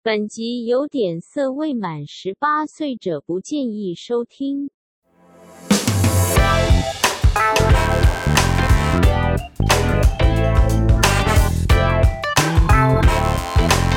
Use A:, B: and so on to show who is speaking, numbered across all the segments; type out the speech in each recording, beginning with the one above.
A: 本集有点色，未满十八岁者不建议收听。
B: 哎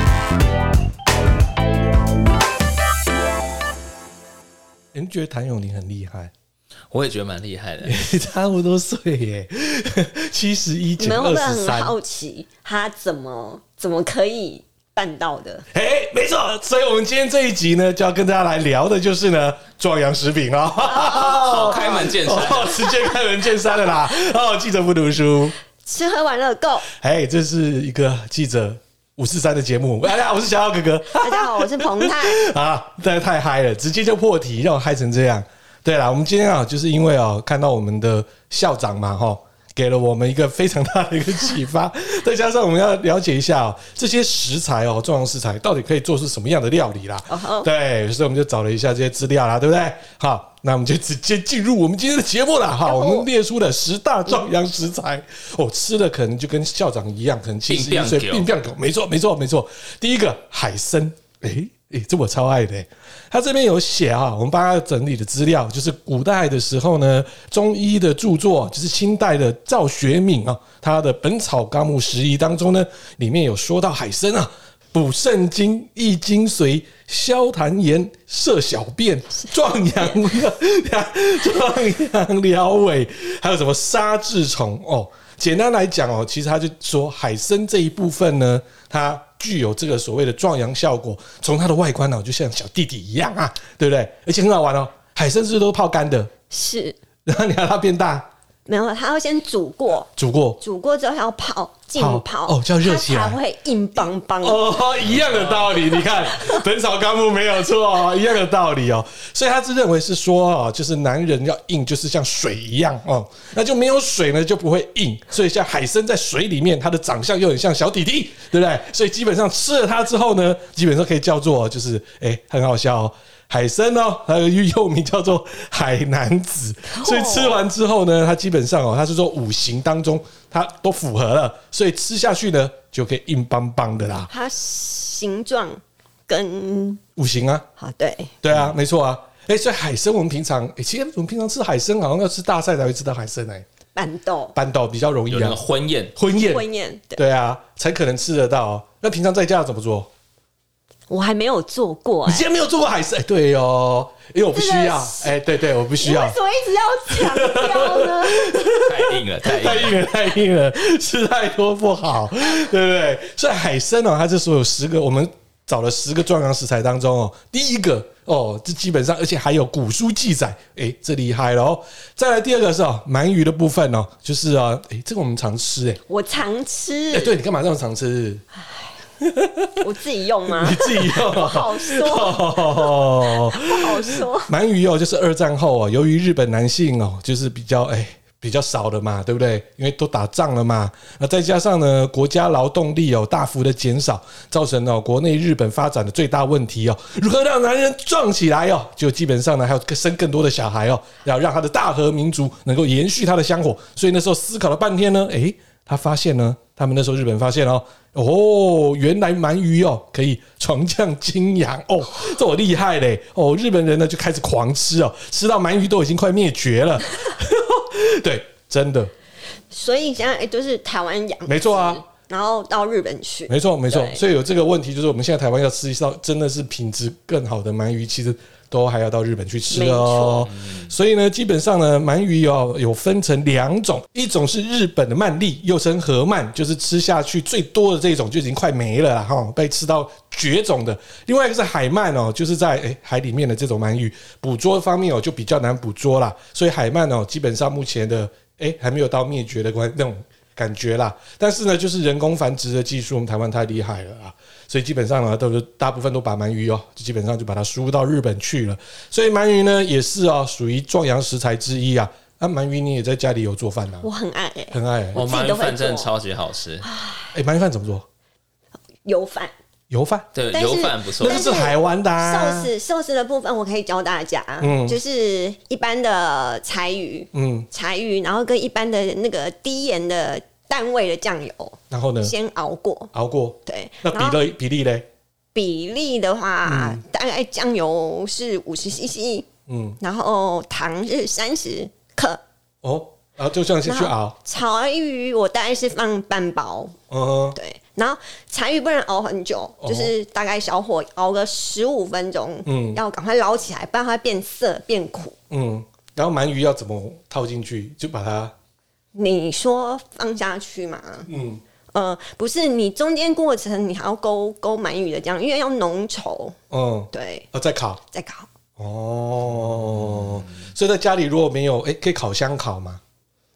B: 你们觉得谭咏麟很厉害？
C: 我也觉得蛮厉害的。
B: 差不多岁耶， 七十一
D: 你
B: 减
D: 们会
B: 二
D: 不会
B: 十
D: 很
B: 三。
D: 好奇他怎么怎么可以办到的？
B: 哎、没错，所以我们今天这一集呢，就要跟大家来聊的就是呢，壮阳食品 哦，
C: 好开门见山
B: 哦，直接开门见山了 啦。哦，记者不读书，
D: 吃喝玩乐 够。
B: 哎、这是一个记者五四三的节目。大家好，我是小奥哥哥。
D: 大家好，我是彭 泰。
B: 啊，太太嗨了，直接就破题，让我嗨成这样。对啦，我们今天啊，就是因为哦，看到我们的校长嘛，哈，给了我们一个非常大的一个启发。再加上我们要了解一下哦，这些食材哦，壮阳食材到底可以做出什么样的料理啦？
D: 哦吼
B: 对，所以我们就找了一下这些资料啦，对不对？好，那我们就直接进入我们今天的节目了。好，我们列出了十大壮阳食材，哦，吃的可能就跟校长一样，可能七十一岁
C: 病
B: 病
C: 变狗
B: 变狗，没错，没错，没错。第一个海参，诶、诶、这我超爱的、欸。他这边有写哈、我们帮他整理的资料，就是古代的时候呢，中医的著作就是清代的赵学敏啊，他的《本草纲目拾遗》当中呢，里面有说到海参啊。补肾精、益精髓、消痰炎、射小便、壮阳、 壮阳疗尾，还有什么杀痔虫哦。简单来讲哦，其实他就说海参这一部分呢，它具有这个所谓的壮阳效果。从它的外观呢、就像小弟弟一样啊，对不对？而且很好玩哦，海参是不是都泡干的，
D: 是，
B: 然后你让它变大，
D: 没有，他要先煮过，
B: 煮过
D: 煮过之后还要泡，浸泡
B: 哦叫热起来
D: 它才会硬邦邦。
B: 哦，一样的道理，你看《本草纲目》没有错哦，一样的道理哦。所以他是认为是说哦，就是男人要硬，就是像水一样哦，那就没有水呢就不会硬。所以像海参在水里面，它的长相又很像小弟弟，对不对？所以基本上吃了它之后呢，基本上可以叫做就是哎、很好笑哦。海参哦，它又又名叫做海南子，所以吃完之后呢，它基本上哦，它是说五行当中它都符合了，所以吃下去呢就可以硬邦邦的啦。
D: 它形状跟
B: 五行
C: 嗯
B: 啊，
D: 好对，
B: 对啊，没错啊。哎、所以海参我们平常，哎、其实我们平常吃海参好像要吃大赛才会吃到海参哎、
D: 板豆
B: 搬到比较容易
C: 有那
B: 啊
C: 个，婚宴，
B: 婚宴
D: 婚宴，对
B: 对啊，才可能吃得到、哦。那平常在家要怎么做？
D: 我还没有做过
B: 你
D: 哎、
B: 竟然没有做过海参？哎对哦，因为我不需要。哎、对对，我不需
D: 你
B: 要
D: 为什。么一直要强 调呢？
C: 太硬了，太
B: 太
C: 硬了。
B: 硬了，太硬了，吃太多不好，对不对？所以海参哦，它这时候有十个，我们找了十个壮阳食材当中哦，第一个哦，这基本上而且还有古书记载，诶，这厉害了哦。再来第二个是哦，鳗鱼的部分哦，就是啊，诶，这个我们常吃 诶，
D: 我常吃，
B: 哎诶，对你干嘛这么常吃？
D: 我自己用吗
B: 你？自己用哦、
D: 好说，
B: 哦
D: 不好说。
B: 鳗鱼哦，就是二战后啊、哦，由于日本男性哦，就是比较哎。比较少了嘛，对不对？因为都打仗了嘛，那再加上呢，国家劳动力哦大幅的减少，造成哦国内日本发展的最大问题哦，如何让男人壮起来哦？就基本上呢，还有生更多的小孩哦，要让他的大和民族能够延续他的香火。所以那时候思考了半天呢，哎诶，他发现呢，他们那时候日本发现哦，哦，原来鳗鱼哦可以床降金阳哦，这我厉害嘞哦，日本人呢就开始狂吃哦，吃到鳗鱼都已经快灭绝了， 对，真的
D: 所以现在哎就是台湾养，
B: 没错啊，
D: 然后到日本去，
B: 没错没错，
D: 对
B: 所以有这个问题就是我们现在台湾要吃到真的是品质更好的鳗鱼，其实都还要到日本去吃哦。所以呢，基本上呢，鳗鱼哦有分成两种，一种是日本的鳗鲡，又称河鳗，就是吃下去最多的这种就已经快没了啦哈，被吃到绝种的。另外一个是海鳗哦，就是在诶海里面的这种鳗鱼，捕捉方面哦就比较难捕捉啦，所以海鳗哦基本上目前的诶还没有到灭绝的关那种。感觉啦，但是呢，就是人工繁殖的技术，我们台湾太厉害了啊，所以基本上呢，都是大部分都把鳗鱼哦，就基本上就把它输入到日本去了。所以鳗鱼呢，也是哦，属于壮阳食材之一啊。那、鳗鱼你也在家里有做饭啊？
D: 我很爱哎、
B: 很爱、欸。
C: 我
D: 自
C: 鳗
D: 己
C: 鱼
D: 都会
C: 饭真的
D: 做
C: 超级好吃，
B: 哎、鳗鱼饭怎么做？
D: 油饭、
B: 油饭？
C: 对，
D: 但是
C: 油饭不错
B: 那。是
D: 但
B: 是台湾的、
D: 寿
B: 啊。
D: 司、寿司的部分我可以教大家，啊
B: 嗯
D: 就是一般的柴鱼、
B: 嗯，
D: 柴鱼，然后跟一般的那个低盐的淡味的酱油
B: 然后呢？
D: 先熬过，
B: 熬过。
D: 对，
B: 嗯那
D: 然
B: 比嗯
D: 后
B: 例比例嘞？
D: 比例的话，大概酱油是五十 CC，
B: 嗯，
D: 然后糖是三十克。
B: 哦，然后就这样先去
D: 然
B: 熬
D: 后，柴鱼我大概是放半包，
B: 嗯哼，
D: 对。然后柴鱼不能熬很久，
B: 哦
D: 就是大概小火熬个十五分钟，
B: 嗯
D: 要赶快捞起来，不然它会变涩变苦。
B: 嗯，然后鳗鱼要怎么套进去，就把它，
D: 你说放下去嘛？
B: 嗯，
D: 呃，不是，你中间过程你还要勾勾鳗鱼的酱，因为要浓稠，
B: 嗯，
D: 对，
B: 哦，再烤，
D: 再烤。
B: 哦，所以在家里如果没有，哎，可以烤箱烤吗？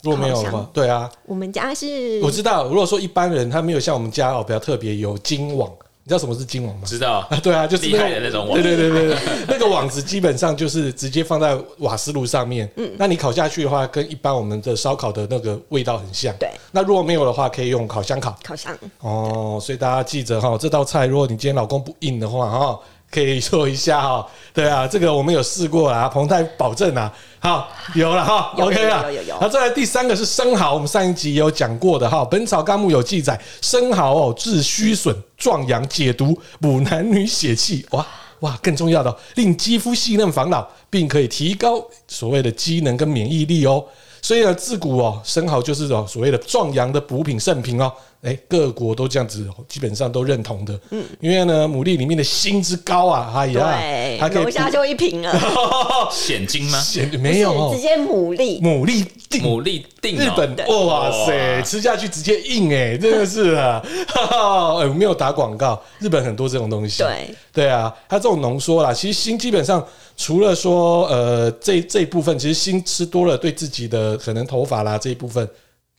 B: 如果没有的
D: 烤
B: 话
D: 箱，
B: 对啊，
D: 我们家是
B: 我知道。如果说一般人他没有像我们家哦比较特别有金网，你知道什么是金网吗？
C: 知道
B: 啊， 对啊，就是
C: 厉害的那种网
B: 对对对对对， 那个网子基本上就是直接放在瓦斯炉上面。嗯，那你烤下去的话，跟一般我们的烧烤的那个味道很像。
D: 对，
B: 那如果没有的话，可以用烤箱烤。
D: 烤箱，
B: 哦，所以大家记着哈，这道菜如果你今天老公不硬的话哈，可以做一下哈。对啊，这个我们有试过啦，彭泰保证啊，好有了哈
D: 有有
B: ，OK 啊了。
D: 有有有有
B: 好，再来第三个是生蚝，我们上一集也有讲过的哈，《本草纲目》有记载，生蚝哦治虚损、壮阳、解毒、补男女血气，哇。哇，更重要的哦，令肌肤细嫩防老，并可以提高所谓的机能跟免疫力哦。所以呢，自古哦，生蚝就是哦所谓的壮阳的补品圣品哦。哎，各国都这样子，哦基本上都认同的。嗯，因为呢，牡蛎里面的锌之高啊，哎呀，
D: 对
B: 它，可以
D: 楼下
B: 补
D: 就一瓶了，
C: 现金 吗？
B: 咸 没有
D: 是
B: 哦
D: 直，接牡蛎，
B: 牡蛎定
C: 牡蛎定
B: 日
C: 哦
B: 本，哇塞，
C: 哇
B: 吃下去直接硬哎、真的是啊， 哈哈，哎我没有打广告，日本很多这种东西。
D: 对，
B: 对啊，它这种浓缩啦，其实锌基本上除了说呃这这一部分，其实锌吃多了对自己的可能头发啦这一部分，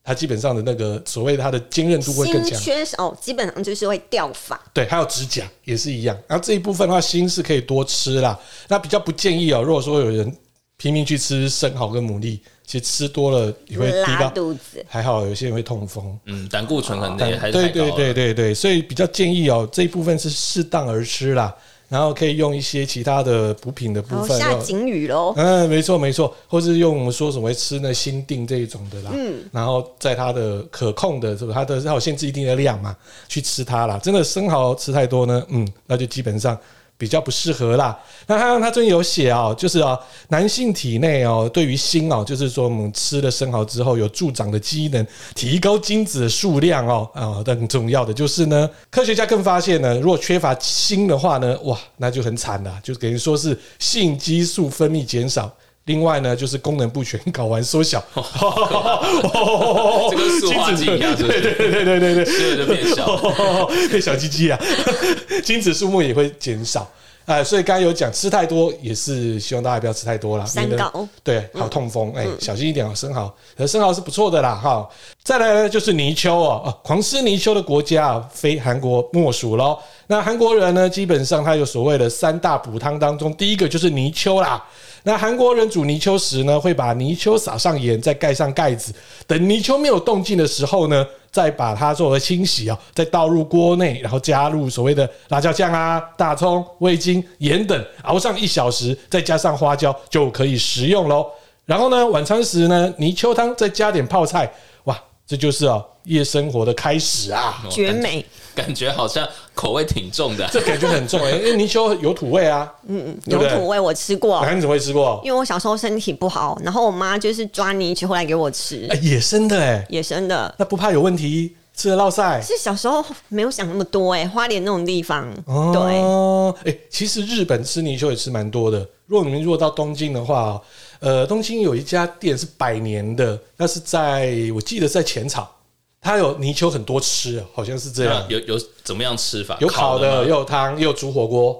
B: 它基本上的那个所谓它的坚韧度会更
D: 锌
B: 强。
D: 缺少基本上就是会掉发。
B: 对，还有指甲也是一样。然后这一部分的话，锌是可以多吃啦。那比较不建议哦，如果说有人拼命去吃生蚝跟牡蛎，其实吃多了也会低
D: 拉
B: 到
D: 肚子，
B: 还好有些人会痛风。
C: 嗯，胆固醇可能
B: 但
C: 也还是
B: 对
C: 太高
B: 对
C: 了
B: 对对对，所以比较建议哦，这一部分是适当而吃啦，然后可以用一些其他的补品的
D: 然
B: 部
D: 后
B: 分。
D: 下哦
B: 要
D: 井雨喽，
B: 嗯，没错没错，或是用我们说什么吃那心定这一种的啦，嗯，然后在它的可控的，是吧？它的它有限制一定的量嘛，去吃它啦。真的生蚝吃太多呢，嗯，那就基本上比较不适合啦。那它它这边有写哦，就是哦，男性体内哦，对于锌哦，就是说我们吃了生蚝之后有助长的机能，提高精子的数量哦啊、更重要的就是呢，科学家更发现呢，如果缺乏锌的话呢，哇，那就很惨了，就等于说是性激素分泌减少。另外呢，就是功能不全， 睾丸缩小，
C: 哦 这跟塑化
B: 精子
C: 剂一样，是不
B: 对对
C: 是？
B: 对对对对，
C: 吃了就变小 了。
B: 对小鸡鸡啊， 精子数目也会减少。啊，所以刚刚有讲吃太多也是希望大家不要吃太多啦，
D: 三
B: 免得
D: 高嗯
B: 对，好痛风，哎、小心一点哦，生蚝，可是生蚝是不错的啦，哈。再来呢就是泥鳅哦，啊，狂吃泥鳅的国家啊，非韩国莫属喽。那韩国人呢，基本上他有所谓的三大补汤当中，第一个就是泥鳅啦。那韩国人煮泥鳅时呢，会把泥鳅撒上盐，再盖上盖子，等泥鳅没有动静的时候呢，再把它作为清洗啊、再倒入锅内，然后加入所谓的辣椒酱啊、大葱、味精、盐等，熬上一小时，再加上花椒就可以食用喽。然后呢，晚餐时呢，泥鳅汤再加点泡菜，哇，这就是哦夜生活的开始啊！
D: 绝美，
C: 感觉好像口味挺重的，啊
B: 这感觉很重哎、因为泥鳅有土味啊，嗯，对
D: 有
B: 不对？
D: 土味我吃过
B: 啊，，你怎么会吃过？
D: 因为我小时候身体不好，然后我妈就是抓泥鳅来给我吃
B: 哎、，野生的哎、
D: 野生的。
B: 那不怕有问题，吃了落晒。
D: 是小时候没有想那么多哎，花莲那种地方，对，
B: 哦，哎、其实日本吃泥鳅也吃蛮多的。如果你们如果到东京的话，呃，东京有一家店是百年的，那是在我记得是在浅草，它有泥鳅很多吃，好像是这样
C: 那，有有怎么样吃法？
B: 有烤的，
C: 吗
B: 也，有汤，也有煮火锅。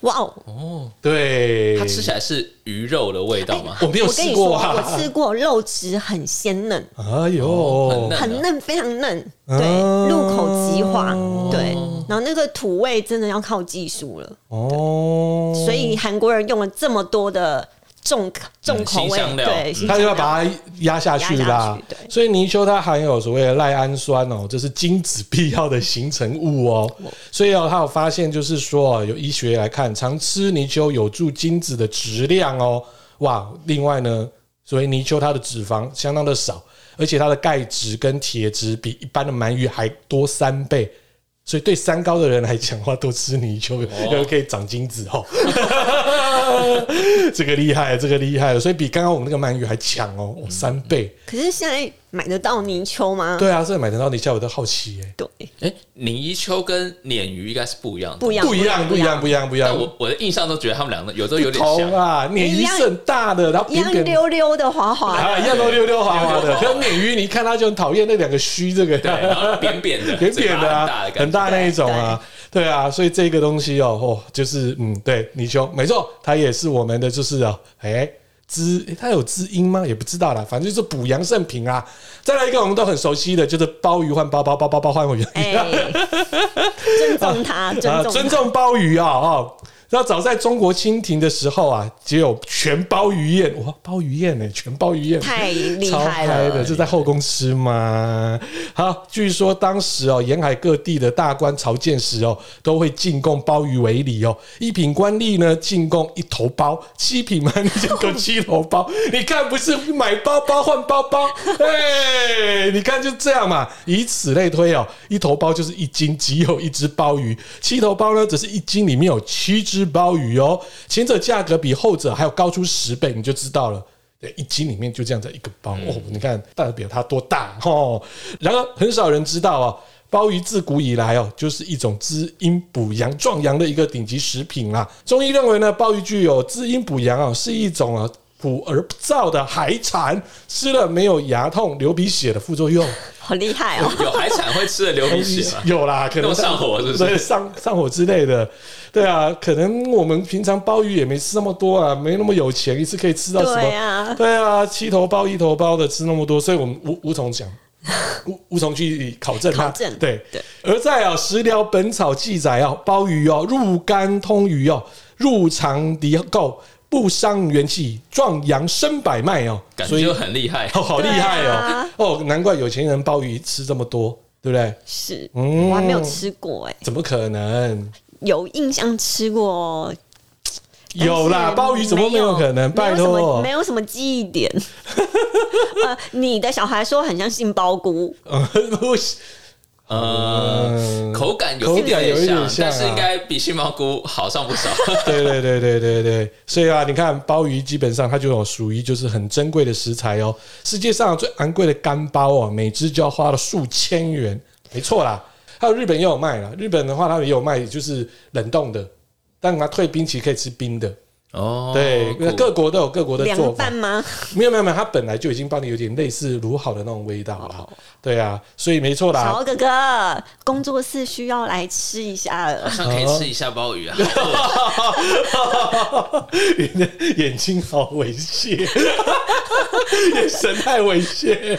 D: 哇哦！
B: 对，
C: 它吃起来是鱼肉的味道吗？
B: 我没有
D: 我跟
B: 试
D: 你说，
B: 过啊，
D: 我吃过，肉质很鲜嫩，
B: 哎呦，
C: 哦很
D: 很嫩，非常嫩，
B: 嗯
D: 对，入口即化，对。然后那个土味真的要靠技术了，
B: 哦，嗯
D: 所以韩国人用了这么多的重重口
C: 新
D: 味
C: 香，料
D: 对，新
B: 它就要
D: 香料
B: 把它压下去
D: 压
B: 啦
D: 下去。对
B: 所以泥鳅它含有所谓的赖氨酸哦，这是精子必要的形成物哦。所以哦，它有发现就是说哦，有医学来看，常吃泥鳅有助精子的质量哦。哇，另外呢，所以泥鳅它的脂肪相当的少，而且它的钙质跟铁质比一般的鳗鱼还多三倍。所以对三高的人来讲的话，多吃泥鳅，又可以长精子哦。 这个厉害，这个厉害了，所以比刚刚我们那个鳗鱼还强哦，哦三倍。
D: 可是现在买得到泥鳅吗？
B: 对啊，这买得到泥鳅，我都好奇耶、
D: 对，
C: 哎，泥鳅跟鲶鱼应该是不一样的，
D: 不一样，
B: 不一样，不一样，不一样，不一
C: 但
B: 样。
C: 我我的印象都觉得他们两个有时候有点
B: 头
C: 像，
B: 啊，鲶鱼是很大的，然后
D: 一
B: 扁
D: 样
B: 扁
D: 溜溜的、滑滑 的。
B: 啊，一样都溜溜滑滑的。可是鲶鱼你一看它就很讨厌那两个须，这个
C: 对，然后扁扁的，
B: 扁扁的
C: 嘴巴很
B: 啊
C: 大的，
B: 很
C: 感觉。
B: 大那一种啊，对啊，所以这个东西哦，哦，就是嗯，对，泥鳅，没错，它也是我们的，就是啊，哎。滋，诶它有滋阴吗？也不知道啦，反正就是补阳圣品啊。再来一个我们都很熟悉的，就是鲍鱼换包包，包包包换我鱼。
D: 哎，尊重他，尊
B: 啊，
D: 重他
B: 尊重鲍鱼啊、哦！那早在中国清廷的时候啊，只有全鲍鱼宴，哇，鲍鱼宴呢、全鲍鱼宴。
D: 太厉
B: 超
D: 害
B: 嗨
D: 了
B: 的，。这在后宫吃吗？好，据说当时哦，沿海各地的大官朝见时哦，都会进贡鲍鱼为礼哦。一品官吏呢，进贡一头包；七品官吏进贡七头包。 你看，不是买包包换包包？哎，你看就这样嘛，以此类推哦。一头包就是一斤，只有一只鲍鱼；七头包呢，只是一斤里面有七只鲍鱼哦。前者价格比后者还要高出十倍，你就知道了。对，一斤里面就这样子一个包、哦，你看代表它多大哦。然而很少人知道哦，鲍鱼自古以来哦，就是一种滋阴补阳、壮阳的一个顶级食品啦。中医认为呢，鲍鱼具有滋阴补阳啊，是一种啊补而不燥的海产，吃了没有牙痛、流鼻血的副作用。
D: 好厉 害哦！
C: 有海产会吃的流鼻血
D: 啊
C: 吗？
B: 有啦，可能
C: 那种上火是不是
B: 对上上火之类的，对啊，可能我们平常鲍鱼也没吃那么多啊，没那么有钱，一次可以吃到什么？
D: 对啊
B: 对啊七头鲍一头鲍的吃那么多，所以我们无无 从讲。无无从去考证它，
D: 考证
B: 对
D: 对。
B: 而在啊，《食疗本草》记载啊，鲍鱼哦，入肝通鱼哦，入肠涤垢，不伤元气，壮阳生百脉哦。
C: 感
B: 所
C: 觉
B: 以
C: 就很厉害。
B: 哦，好厉害
D: 对
B: 哦！
D: 啊
B: 哦，难怪有钱人鲍鱼吃这么多，对不对？
D: 是，
B: 嗯
D: 我还没有吃过哎，
B: 怎么可能？
D: 有印象吃过，但是
B: 有啦，鲍鱼怎么没
D: 没
B: 有可能？拜
D: 没有什么
B: 托
D: 没，有什么记忆 点。呃，你的小孩说很像杏鲍菇，
B: 呃 不是
C: 呃，口感有
B: 嗯口感有一点
C: 像，
B: 像啊
C: 但是应该比杏鲍菇好上不少。
B: 对对对对对对，所以啊，你看鲍鱼基本上它就有属于就是很珍贵的食材哦。世界上最昂贵的干鲍哦，每只就要花了数千元，没错啦。还有日本也有卖啦，日本的话它也有卖，就是冷冻的，但它退冰其实可以吃冰的。
C: 哦，
B: 对，
C: 酷
B: 各国都有各国的做
D: 凉
B: 法
D: 拌。吗？
B: 没有没有没有，它本来就已经帮你有点类似卤好的那种味道啦。对啊，所以没错啦。
D: 小哥哥，工作室需要来吃一下
C: 好。
D: 了
C: 像可以吃一下鲍鱼啊。
B: 你的眼睛好猥亵，眼神太猥亵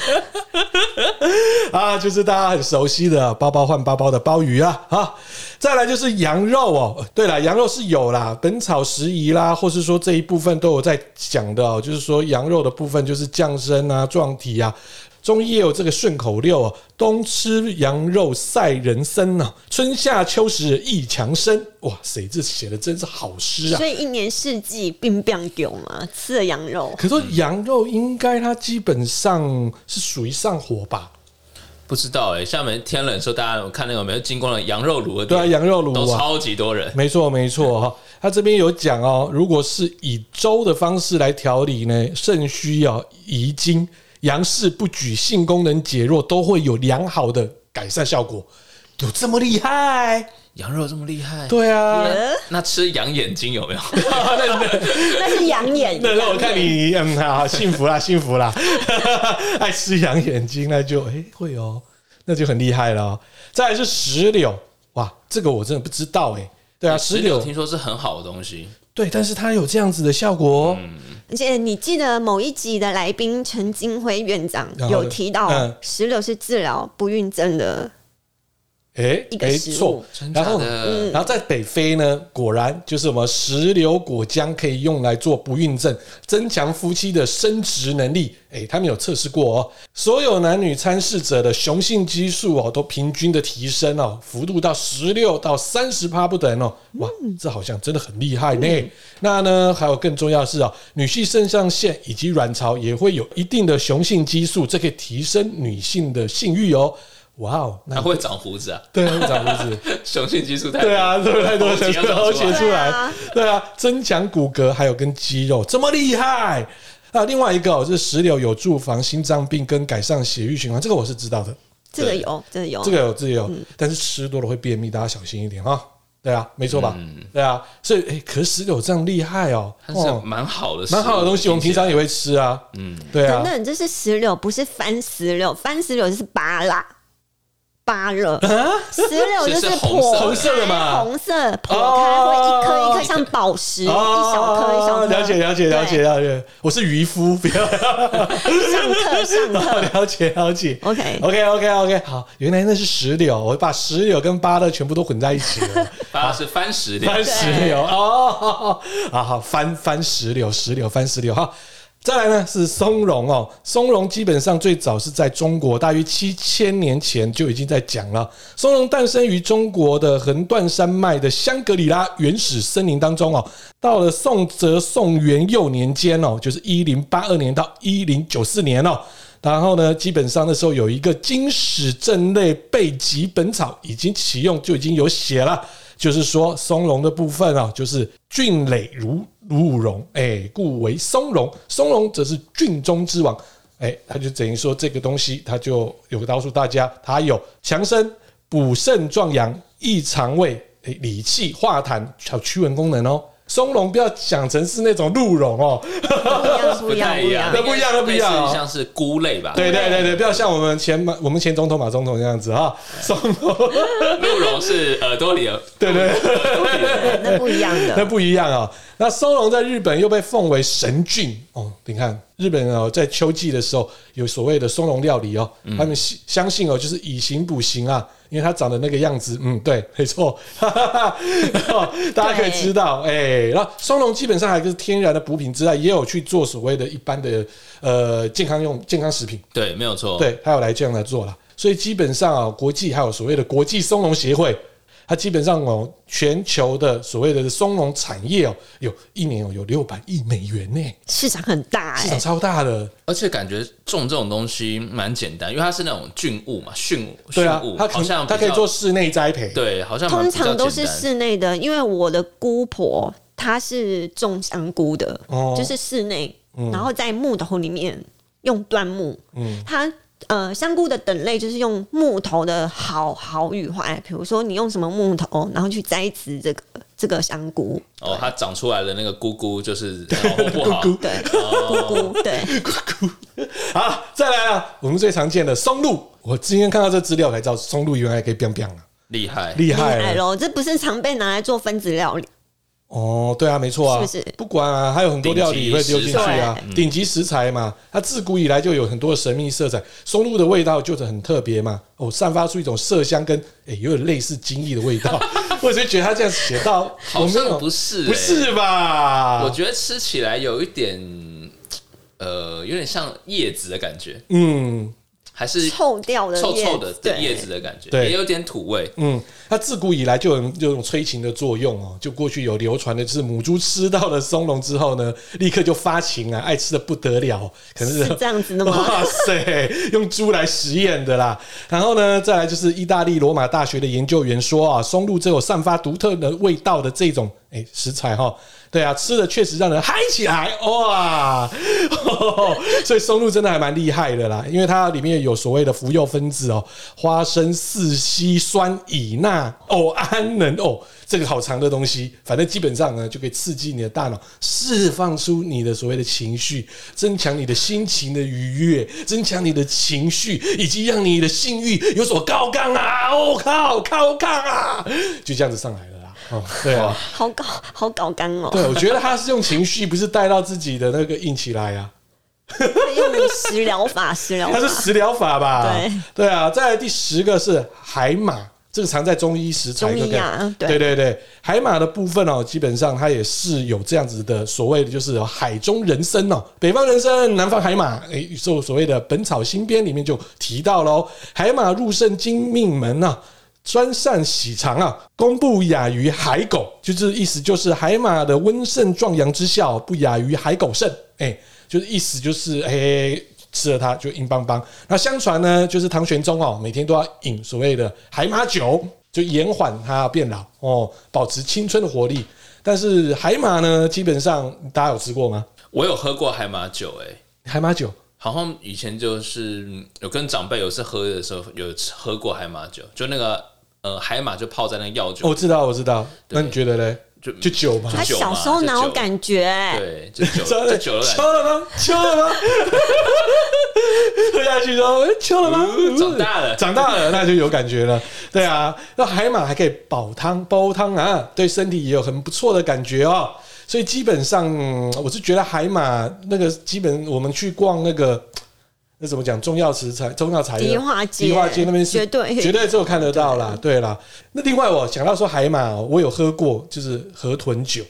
B: 啊！就是大家很熟悉的啊包包换包包的鲍鱼啊啊！再来就是羊肉哦，对了，羊肉是有啦，《本草拾遗》啦，或是说这一部分都有在讲的哦，就是说羊肉的部分就是降身啊、壮体啊。中医也有这个顺口溜哦，冬吃羊肉赛人参呢、春夏秋实益强身。哇塞，这写的真是好诗啊！
D: 所以一年四季并不有嘛，吃了羊肉
B: 可是羊肉应该它基本上是属于上火吧？
C: 不知道哎，厦门天冷的时候，大家有看那个没有经过了羊肉炉的
B: 对
C: 店
B: 啊，羊肉炉
C: 都
B: 啊，
C: 超级多人。
B: 没错没错哈。他这边有讲哦，如果是以粥的方式来调理呢，肾虚要遗精，阳氏不举，性功能减弱，都会有良好的改善效果。有这么厉害？
C: 羊肉这么厉害，
B: 对啊。
D: 耶
C: 那吃羊眼睛有没 有？
D: 那是养眼。
B: 那让我看你，嗯，好，幸福啦，幸福啦，爱吃羊眼睛，那就哎、会哦，那就很厉害了、哦。再来是石榴，哇，这个我真的不知道哎、对啊，石
C: 石榴
B: 榴
C: 听说是很好的东西，
B: 对，但是它有这样子的效果、哦，
D: 而且你记得某一集的来宾陈金辉院长
B: 然后呢
D: 有提到
B: 嗯，
D: 石榴是治疗不孕症的。
B: 哎、
D: 一个
B: 没
D: 食物
B: 错。
C: 真假
B: 然后，嗯
C: 的？
B: 然后在北非呢，果然就是我们石榴果浆可以用来做不孕症，增强夫妻的生殖能力。哎，他们有测试过哦，所有男女参试者的雄性激素哦都平均的提升哦，幅度到十六到三十趴不等哦。哇，这好像真的很厉害呢。那呢，还有更重要的是哦，女性肾上腺以及卵巢也会有一定的雄性激素，这可以提升女性的性欲哦。哇哦，那
C: 它会长胡子啊，
B: 对啊，会长胡子，
C: 雄性激 素太
B: 对啊，对不对？
C: 喉结
B: 对，
C: 要长
B: 喉
C: 出
B: 结
C: 来
B: 出
D: 对
B: 来
D: 啊，
B: 对啊，增强骨骼还有跟肌肉，这么厉害。那另外一个哦，就是石榴有助防心脏病跟改善血液循环，这个我是知道的，
D: 这个有，这个有，
B: 这个有这个有，
D: 嗯
B: 但是吃多了会便秘，大家小心一点哈。对啊，没错吧？对啊，所以诶，可是石榴这样厉害哦，
C: 嗯它是
B: 哦，
C: 蛮好的食物，
B: 蛮好的东西，我们平常也会吃啊。嗯，对啊
D: 等，等，这是石榴，不是番石榴，番石榴就是芭拉。芭 乐，石榴就是
C: 是红
D: 破
C: 色的
B: 啊红色的嘛
D: 红色破开会一颗一
B: 哦
D: 颗像宝石，一
B: 哦
D: 小颗一小颗。
B: 了解了解了解了解，我是渔夫，不要
D: 对。上课上课
B: 了解了解。
D: ，OK，
B: OK OK OK，好，原来那是石榴，我把石榴跟芭乐全部都混在一起了，
C: 它是番石榴，
B: 翻石榴哦， 好好翻翻石榴，石榴翻石榴哈。好再来呢是松茸哦，松茸基本上最早是在中国，大约七千年前就已经在讲了。松茸诞生于中国的横断山脉的香格里拉原始森林当中哦。到了宋哲宋元佑年间哦，就是一零八二年到一零九四年哦。然后呢，基本上那时候有一个《经史正类备急本草》已经启用，就已经有写了。就是说松茸的部分啊，就是菌类如乳茸，哎、故为松茸。松茸则是菌中之王，哎、它就等于说这个东西，它就有告诉大家，它有强身、补肾、壮阳、益肠胃、哎理气、化痰，还有驱蚊功能哦。松茸不要想成是那种鹿茸哦，
D: 不一样不一样不一样
B: 那。 不一样那不一样
C: 类
B: 哦
C: 似像是菇类吧？
B: 对对对对，不要像我们前马我们前总统马总统那样子哈，松茸
C: 鹿茸是耳朵里的，
B: 对对。
D: 对那不一样
B: 那
D: 的。
B: 不一样啊、那松茸在日本又被奉为神菌哦。你看日本人哦，在秋季的时候有所谓的松茸料理哦，他们信相信哦，就是以形补形啊，因为它长得那个样子，嗯，对，没错， 哈哈哈。大家可以知道，哎、然后松茸基本上还是天然的补品之外，也有去做所谓的一般的呃健康用健康食品。
C: 对，没有错，，
B: 对，他有来这样来做了。所以基本上啊，国际还有所谓的国际松茸协会，它基本上哦，全球的所谓的松茸产业哦，有一年哦有六百亿美元呢，
D: 市场很大
B: 市场
D: 哎，
B: 超大的。
C: 而且感觉种这种东西蛮简单，因为它是那种菌物嘛，菌物，
B: 对
C: 菌
B: 啊
C: 物，
B: 它
C: 好
B: 可
C: 像
B: 它可以
C: 比较
B: 做，室内栽培。
C: 对，好像蛮
D: 通
C: 比较
D: 常都是
C: 简单
D: 室内的，因为我的姑婆她是种香菇的，
B: 哦
D: 就是室内，
C: 嗯
D: 然后在木头里面用椴木，它。呃，香菇的等类就是用木头的好好与坏，比如说你用什么木头，然后去栽植这个这个香菇，
C: 哦，它长出来的那个菇菇就是好或不 好，
D: 对，
C: 哦
D: 菇菇，对，
B: 好，再来啊，我们最常见的松露，我今天看到这资料才知道，松露原来可以 biang biang 了，
C: 厉害，
B: 厉害
D: 厉
B: 了
D: 害喽！这不是常被拿来做分子料理，
B: 哦，对啊，没错啊，
D: 是不是
B: 管啊，还有很多料理会丢进去啊
C: 顶级食材，
B: 顶级食材嘛，它自古以来就有很多的神秘色彩。松露的味道就是很特别嘛，哦，散发出一种麝香跟诶、有点类似精液的味 道。我就觉得他这样写到，我
C: 好
B: 没
C: 像
B: 有
C: 不是、欸，欸
B: 不是啊吧？
C: 我觉得吃起来有一点，呃，有点像叶子的感觉，
B: 嗯
C: 还是
D: 臭掉的
C: 臭
D: 叶
C: 臭的
D: 子
C: 的
D: 对
C: 叶子的感觉，
B: 对
C: 也有点土味。
B: 嗯，它自古以来就有这种催情的作用哦。就过去有流传的，就是母猪吃到了松茸之后呢，立刻就发情啊，爱吃的不得了，可能
D: 是这样子的 吗？
B: 哇塞，用猪来实验的啦。然后呢，再来就是意大利罗马大学的研究员说啊，松露这有散发独特的味道的这种诶、食材哈。对啊，吃的确实让人嗨起来哇、 所以松露真的还蛮厉害的啦，因为它里面有所谓的福佑分子哦，花生四烯酸乙钠偶胺能哦，这个好长的东西，反正基本上呢就可以刺激你的大脑，释放出你的所谓的情绪，增强你的心情的愉悦，增强你的情绪，以及让你的性欲有所高亢啊！我、靠，高亢啊！就这样子上来了啦。哦，对啊，
D: 好搞好搞干哦，
B: 对，我觉得他是用情绪，不是带到自己的那个硬起来啊。
D: 用食疗法，食疗
B: 它是
D: 法，
B: 食疗法吧？
D: 对
B: 啊，再来第十个是海马，这个常在中医食材
D: 中医啊
B: 对不对
D: 对
B: 对对对，海马的部分哦，基本上它也是有这样子的所谓的就是有海中人参哦，北方人参，南方海马，诶，就所谓的《本草新编》里面就提到喽，海马入肾经命门啊。专善喜肠啊，公不亚于海狗，就是意思就是海马的温肾壮阳之效不亚于海狗肾，哎、就是意思就是哎、吃了它就硬邦邦。那相传呢，就是唐玄宗哦，每天都要饮所谓的海马酒，就延缓它变老哦，保持青春的活力。但是海马呢，基本上大家有吃过吗？
C: 我有喝过海马酒、欸，哎，
B: 海马酒
C: 好像以前就是嗯有跟长辈有次喝的时候有喝过海马酒，就那个呃海马就泡在那个药酒，
B: 我知道，我知道。那你觉得嘞？
C: 就
B: 哦就酒嘛，
D: 他
C: 酒
D: 小
C: 嘛
D: 时候
C: 就
D: 哪有
C: 酒
D: 感觉、
C: 对，
D: 哎
C: 就酒
B: 真的
C: 就酒的感
B: 秋了吗？秋了吗？ 喝下去之后，哎秋了吗？
C: 嗯长大了
B: 长大了，那就有感觉了。对啊，那海马还可以煲汤，煲汤啊，对身体也有很不错的感觉哦。所以基本上，嗯我是觉得海马那个基本，我们去逛那个那怎么讲，中药食材、中药材料
D: 迪化街
B: 迪化街那边是
D: 绝对
B: 绝对只有看得到啦。对啦，那另外我想到说海马哦，我有喝过，就是河豚酒。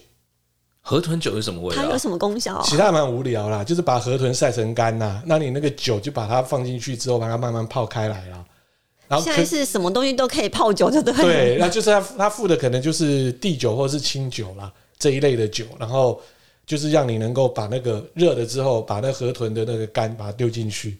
C: 河豚酒是什么味
D: 它
C: 道
D: 有？什么功效、啊
B: 其？他还蛮无聊啦，就是把河豚晒成干呐、那你那个酒就把它放进去之后，把它慢慢泡开来啦。然后
D: 现
B: 可
D: 在是什么东西都可以泡酒， 就对了。
B: 对，那就是它它附的可能就是地酒或是清酒啦这一类的酒，然后就是让你能够把那个热了之后，把那河豚的那个肝把它丢进去。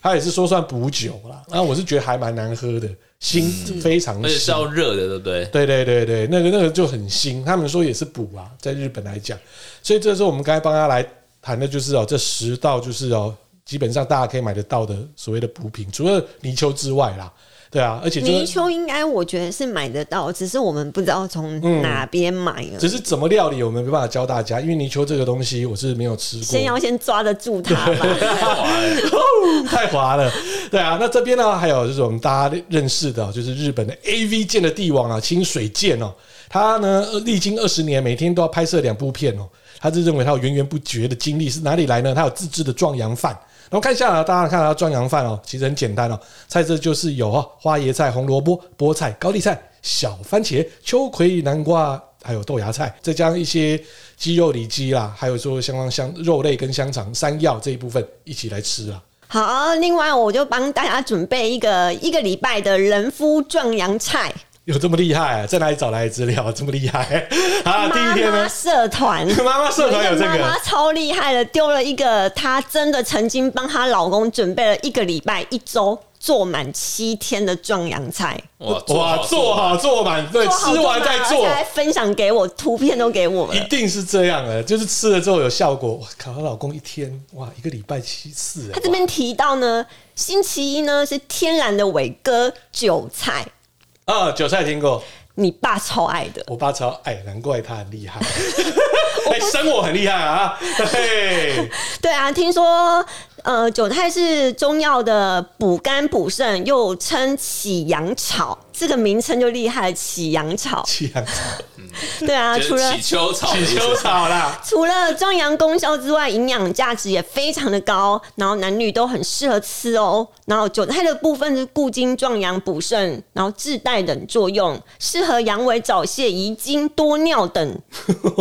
B: 它也是说算补酒啦，那我是觉得还蛮难喝的，腥非常
C: 嗯而且是
B: 腥
C: 要热的，对不
B: 对
C: 对？
B: 对对对，那个那个就很新，他们说也是补啊，在日本来讲，所以这是我们刚才帮他来谈的，就是哦，这十道就是哦，基本上大家可以买得到的所谓的补品，除了泥鳅之外啦，对啊，而且就
D: 泥
B: 是
D: 鳅应该我觉得是买得到，只是我们不知道从哪边买了。
B: 嗯只是怎么料理，我们没办法教大家，因为泥鳅这个东西我是没有吃过，
D: 先要先抓得住它吧。
B: 太滑了，对啊。那这边呢，还有就是我们大家认识的哦，就是日本的 A V 界的帝王啊，清水健哦，他呢呃历经二十年，每天都要拍摄两部片哦。他是认为他有源源不绝的精力是哪里来呢？他有自制的壮阳饭。然后看一下啊，大家看他壮阳饭哦，其实很简单哦，菜色就是有哦花椰菜、红萝卜、菠菜、高丽菜、小番茄、秋葵、南瓜，还有豆芽菜，再加上一些鸡肉里脊啦，还有说相关香肉类跟香肠、山药这一部分一起来吃啊啦。
D: 好，另外我就帮大家准备一个一个礼拜的人夫壮阳菜
B: 有这么厉害、在哪里找来的资料？这么厉害 啊！第一天
D: 妈
B: 呢
D: 妈，社团。
B: 妈妈社团有这
D: 一妈妈
B: 个，
D: 超厉害的，丢了一个她真的曾经帮她老公准备了一个礼拜、一周做满七天的壮阳菜，
C: 哇
B: 哇，做好做满，对，
D: 做好
B: 吃完再
D: 做
B: 做
D: 满而且，还分享给我，图片都给我们
B: 一
D: 了。
B: 定是这样的，就是吃了之后有效果。我靠，她老公一天哇，一个礼拜七次，啊
D: 他这边提到呢，星期一呢是天然的伟哥韭菜，
B: 啊，韭菜听过，
D: 你爸超爱的。
B: 我爸超爱，难怪他很 厉害，哎，生我很厉害啊，嘿，
D: 对啊，听说呃，韭菜是中药的补肝补肾，又称起阳草，这个名称就厉害了。起阳草，
B: 这样子，
D: 对啊，除
C: 就是
D: 了
C: 起秋草的意
B: 起
C: 思，
B: 秋草啦，
D: 除了壮阳功效之外，营养价值也非常的高，然后男女都很适合吃哦。然后韭菜的部分是固精、壮阳、补肾，然后治带等作用，适合阳痿、早泄、遗精、多尿等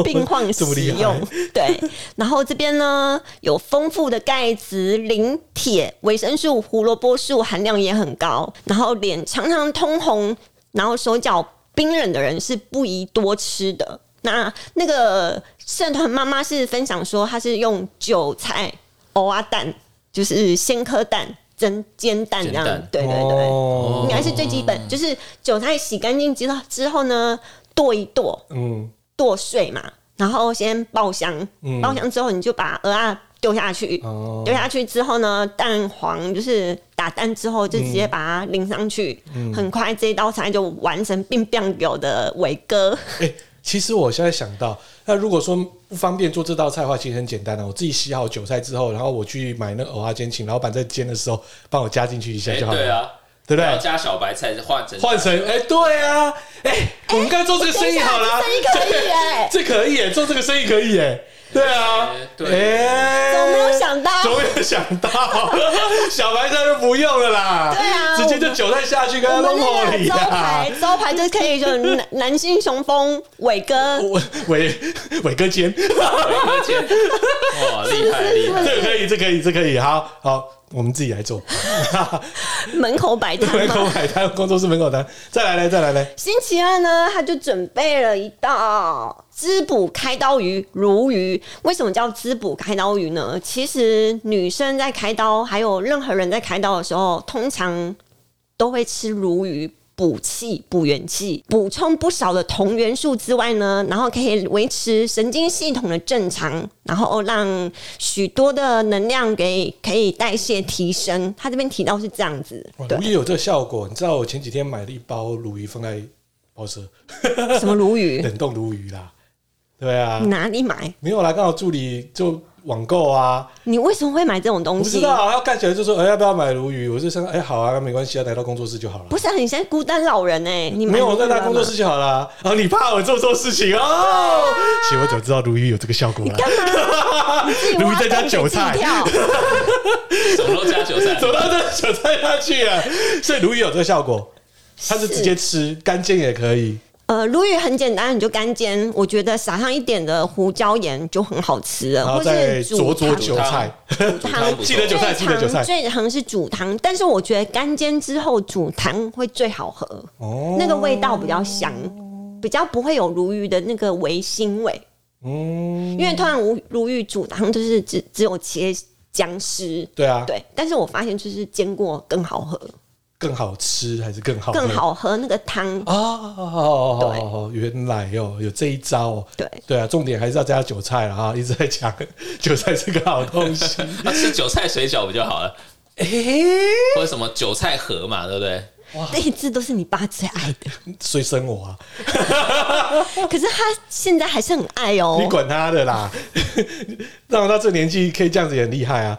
D: 病患
B: 这么
D: 使
B: 厉害
D: 用。 对，然后这边呢有丰富的钙质、磷、铁、维生素、胡萝卜素含量也很高，然后脸常常通红，然后手脚冰冷的人是不宜多吃的。那那个社团妈妈是分享说，她是用韭菜、藕啊蛋，就是鲜颗蛋、蒸煎蛋这样
C: 煎蛋，
D: 对对对，
B: 哦
D: 应，该是最基本。就是韭菜洗干净之后之后呢，剁一剁，
B: 嗯，
D: 剁碎嘛，然后先爆香，
B: 嗯
D: 爆香之后你就把鹅啊丢下去，
B: 哦
D: 丢下去之后呢，蛋黄就是打蛋之后就直接把它淋上去，很快这一道菜就完成并变有的伟哥，
B: 哎、其实我现在想到，那如果说不方便做这道菜的话，其实很简单啊的、我自己洗好韭菜之后，然后我去买那个蚵仔煎，请老板在煎的时候帮我加进去一下
C: 哎
B: 就好了，
C: 对啊，
B: 对不
C: 要
B: 对？
C: 加小白菜换成
B: 换成哎、对啊，哎、我们该做这个生意好啦，
D: 等一下这生意可以 哎
B: 这可以哎、做这个生意可以哎、对啊
C: 哎，对
B: 哎
D: 怎么没有想到？
B: 总没有想到， 小白菜就不用了啦，
D: 对啊
B: 直接就韭菜下去跟他
D: 我们
B: 弄好
D: 那个
B: 里
D: 招
B: 啦
D: 牌，。招牌就是可以就男男性雄风伟哥，
B: 我伟伟哥煎。
C: 伟哥煎，哇，厉害厉害！
B: 这个可以，这个可以，这个可以，好好。我们自己来 做，
D: 门口摆摊
B: 门
D: 吗
B: 口？摆摊，工作室门口摊，再来嘞，再来嘞，
D: 星期二呢，他就准备了一道滋补开刀鱼鲈鱼。为什么叫滋补开刀鱼呢？其实女生在开刀，还有任何人在开刀的时候，通常都会吃鲈鱼。补气、补元气，补充不少的同元素之外呢，然后可以维持神经系统的正常，然后让许多的能量给可以代谢提升。他这边提到是这样子，
B: 哇，
D: 对
B: 鲈，鱼有这个效果，你知道我前几天买了一包鲈鱼放在报社，
D: 什么鲈 鱼，
B: 冷冻鲈鱼啦，对啊，
D: 哪里买？
B: 没有啦，刚好助理就网购啊，
D: 你为什么会买这种东
B: 不知
D: 西？
B: 道啊，他看起来就说，哎、要不要买鲈鱼？我就想，哎、好啊，没关系啊，来到工作室就好了。
D: 不是、啊，你现在孤单老人哎、你买
B: 没有，我
D: 鲈鱼
B: 在他
D: 干
B: 工作
D: 嘛
B: 室就好了。哦，你怕我做错事情哦？
D: 啊
B: 其实我早知道鲈鱼有这个效果了。 鲈鱼再
D: 哎
B: 加韭菜
D: 自己，挖洞给自己跳
C: 什么都加韭 菜，
B: 走到这韭菜上去了，所以鲈鱼有这个效果，它是直接吃，干煎也可以。
D: 呃，鲈鱼很简单，你就干煎，我觉得撒上一点的胡椒盐就很好吃了，
B: 然后
D: 或
B: 再
D: 是
B: 灼
D: 煮
B: 灼韭
D: 汤。
B: 菜，
D: 煮
C: 汤
D: 汤
C: 不错
B: 记得韭菜，
D: 最
B: 记得韭菜
D: 常。最常是煮汤，但是我觉得干煎之后煮汤会最好喝，
B: 哦
D: 那个味道比较香，比较不会有鲈鱼的那个微腥味。
B: 嗯，
D: 因为通常鲈鲈鱼煮汤就是只只有切姜丝，
B: 对啊，
D: 对，但是我发现就是煎过更好喝，
B: 更好吃还是更好喝？
D: 更好喝那个汤。
B: 哦，原来哦，有这一招哦。
D: 对
B: 对啊，重点还是要加韭菜了啊！一直在讲韭菜是个好东西。
C: 那啊吃韭菜水饺不就好了？
B: 哎、
C: 或者什么韭菜盒嘛，对不对？
D: 这一次都是你爸最爱的，
B: 谁生我啊？
D: 可是他现在还是很爱哦
B: 你。管他的啦！让我到这年纪可以这样子也很厉害啊！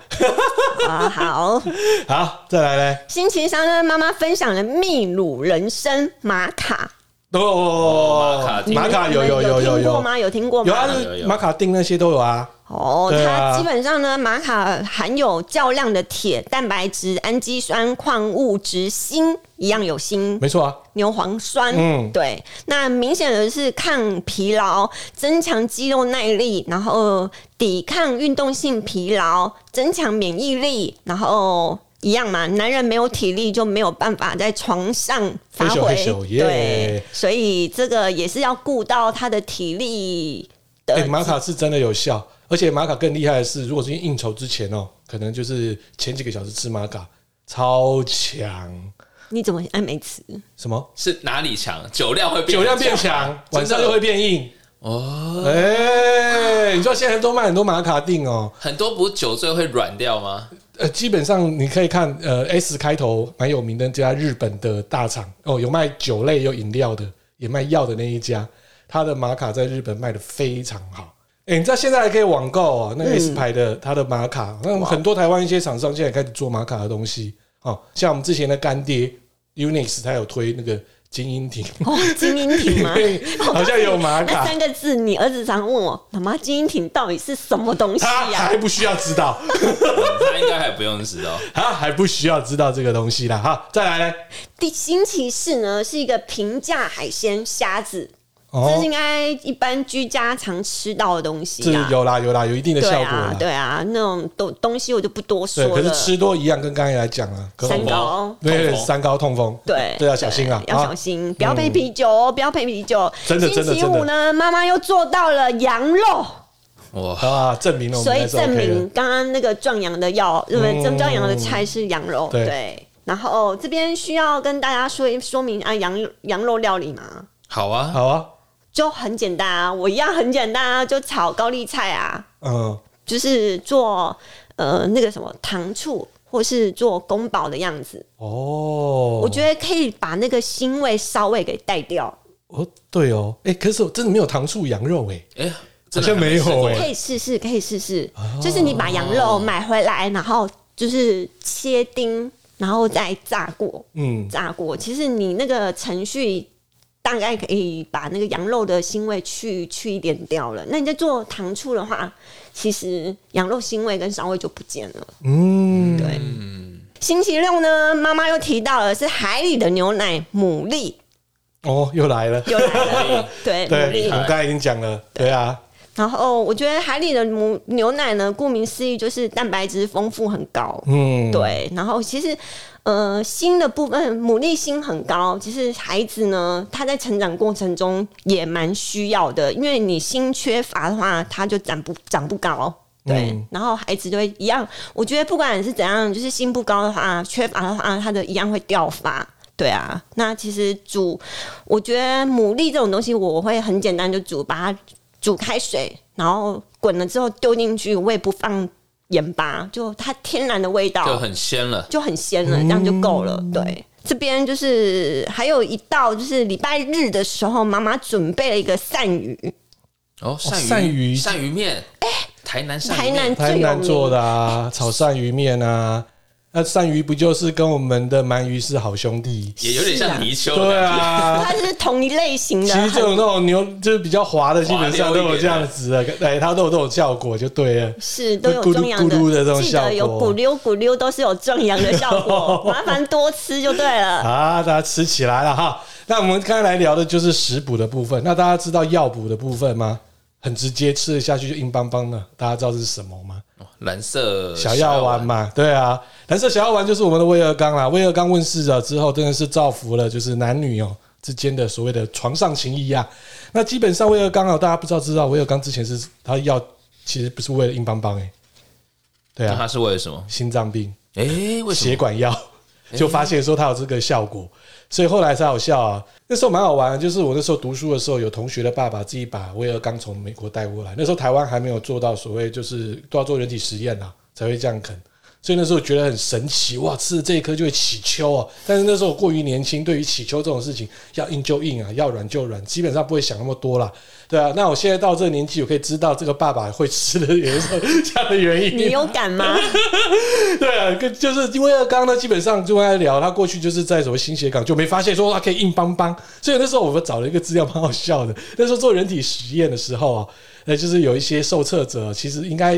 D: 啊，好，
B: 好，再来嘞。
D: 星期三呢，妈妈分享了秘鲁人参玛卡，
C: 马卡
B: 哦，
C: 丁
B: 玛卡
D: 你
B: 有
D: 们
B: 有有有
D: 听过
B: 有
D: 吗？有听过
B: 有
D: 吗？
B: 啊
C: 有有，有
B: 玛卡丁那些都有啊。
D: 哦，
B: 对啊
D: 它基本上呢，玛卡含有较量的铁、蛋白质、氨基酸、矿物质、锌，一样有锌。
B: 没错啊，
D: 牛磺酸，
B: 嗯
D: 对，那明显的是抗疲劳、增强肌肉耐力，然后抵抗运动性疲劳、增强免疫力，然后一样嘛，男人没有体力就没有办法在床上发
B: 会
D: 挥
B: 朽会朽，
D: 对
B: 耶，
D: 所以这个也是要顾到他的体力
B: 哎、
D: 的。
B: 玛卡是真的有效，而且玛卡更厉害的是，如果是应酬之前哦，可能就是前几个小时吃玛卡，超强。
D: 你怎么哎按没吃？
B: 什么？
C: 是哪里强？酒量会变，
B: 酒量变强，晚上就会变硬。
C: 哦。
B: 哎、你知道现在都卖很多玛卡定哦，
C: 很多不是酒醉会软掉吗？嗯
B: 呃，基本上你可以看，呃，S 开头蛮有名的那家日本的大厂哦，有卖酒类、有饮料的，也卖药的那一家，它的玛卡在日本卖的非常好。哎、你知道现在还可以网购哦，那个 S 牌的、它的玛卡，那很多台湾一些厂商现在也开始做玛卡的东西哦，像我们之前的干爹 Unix，它有推那个金鹰艇，
D: 哦，金英 挺吗？
B: 哎好像有玛
D: 那
B: 卡，
D: 三个字，你儿子常问我，妈妈金英挺到底是什么东西啊
B: 他
D: 呀、
B: 还不需要知道，
C: 他应该还不用知道。
B: 他还不需要知道这个东西啦。哈，再来嘞，
D: 第星期四呢是一个平价海鲜虾子，这
B: 哦
D: 是应该一般居家常吃到的东
B: 是
D: 西啊。
B: 有啦有啦，有一定的
D: 对
B: 效果
D: 啊
B: 啦，。
D: 对啊，那种东东西我就不多说
B: 对，可
D: 了。
B: 是吃多一样，跟刚才来讲啊，跟我
D: 三
B: 们
D: 高，
B: 对
C: 痛风
B: 三高痛风，
D: 对
B: 对要小心啊，嗯
D: 要小心，不要配啤酒哦，不要配啤酒。
B: 真的真的
D: 星期五
B: 真
D: 呢，妈妈又做到了羊肉，
C: 哇，
B: 啊啊，证明了我
D: 所
B: 们还
D: 以
B: 是
D: 证
B: OK
D: 明
B: 的。
D: 刚刚那个壮阳的药，呃对不对？
B: 嗯
D: 壮阳的菜是羊肉，
B: 对
D: 对。然后哦这边需要跟大家说一说明啊，羊羊肉料理嘛，
C: 好啊，
B: 好啊，
D: 就很简单啊，我一样很简单啊，就炒高丽菜啊，
B: 嗯，
D: 就是做呃那个什么糖醋，或是做宫保的样子，
B: 哦，
D: 我觉得可以把那个腥味、骚味给带掉，
B: 哦对哦，哎，可是我真的没有糖醋羊肉哎，
C: 哎、呀，
B: 好
C: 真的
B: 像没
C: 还
B: 有
C: 过
D: 可
B: 哎，
D: 以试试，可以试试，
B: 哦
D: 就是你把羊肉买回来，然后就是切丁，然后再炸过，
B: 嗯，
D: 炸过，其实你那个程序。大概可以把那个羊肉的腥味去去一点掉了。那你在做糖醋的话，其实羊肉腥味跟骚味就不见了。
B: 嗯，
D: 对，星期六呢，妈妈又提到了是海里的牛奶牡蛎
B: 哦又来了，
D: 又来了，对，牡
B: 对，我
D: 蛎。
B: 们刚才已经讲了，对啊，
D: 然后我觉得海里的母牛奶呢，顾名思义就是蛋白质丰富很高，
B: 嗯，
D: 对，然后其实呃，锌的部分，牡蛎锌很高。其实孩子呢，他在成长过程中也蛮需要的，因为你锌缺乏的话，他就长不长不高。对，
B: 嗯
D: 然后孩子就会一样。我觉得不管是怎样，就是锌不高的话，缺乏的话，他的一样会掉发。对啊，那其实煮，我觉得牡蛎这种东西，我会很简单就煮，把它煮开水，然后滚了之后丢进去，我也不放盐巴，就它天然的味道，
C: 就很鲜了。
D: 就很鲜了，这样就够了。
B: 嗯
D: 对，这边就是还有一道，就是礼拜日的时候，妈妈准备了一个鳝鱼，
C: 哦，
B: 鳝
C: 鳝
B: 鱼
C: 鳝鱼面，台南鳝鱼
D: 台
C: 面
D: 南
B: 台
D: 最有
B: 南做
D: 名。
B: 的啊，炒鳝鱼面啊，那鳝鱼不就是跟我们的鳗鱼是好兄弟？
C: 也有点像泥鳅，
B: 对，啊，
D: 它是同一类型
B: 其
D: 的，
B: 实就有
D: 很
B: 那种牛，就是比较滑的，基本上都有这样子的，对，它都有这种效果就对了。
D: 是都有
B: 咕噜
D: 壮阳
B: 咕噜的这种
D: 记
B: 效
D: 得有
B: 果
D: 骨溜骨溜都是有壮阳的效果， 麻烦多吃就对了。
B: 啊，大家吃起来了哈。那我们刚才来聊的就是食补的部分，那大家知道药补的部分吗？很直接，吃了下去就硬邦邦的，大家知道这是什么吗？
C: 哦蓝色
B: 小药丸嘛，对啊，蓝色小药丸就是我们的威尔刚啦。威尔刚问世了之后，真的是造福了，就是男女哦、之间的所谓的床上情谊啊。那基本上威尔刚哦，大家不知道知道，威尔刚之前是他药其实不是为了硬邦邦哎、对
C: 那
B: 啊，
C: 它是为了什么？
B: 心脏病。
C: 哎，为什
B: 血
C: 么？
B: 管药，就发现说它有这个效果，所以后来才好笑啊。那时候蛮好玩的，就是我那时候读书的时候，有同学的爸爸自己把威尔刚从美国带过来，那时候台湾还没有做到所谓就是都要做人体实验啦，才会这样啃。所以那时候觉得很神奇，哇，吃了这一颗就会起丘啊！但是那时候我过于年轻，对于起丘这种事情，要硬就硬啊，要软就软，基本上不会想那么多啦。对啊，那我现在到这个年纪，我可以知道这个爸爸会吃的 原因，这样的原因。
D: 你有感 吗？
B: 对啊，跟就是因为刚刚呢，基本上就在聊他过去就是在什么新血港就没发现说啊他可以硬邦邦，所以那时候我们找了一个资料蛮好笑的。那时候做人体实验的时候啊，呃，就是有一些受测者其实应该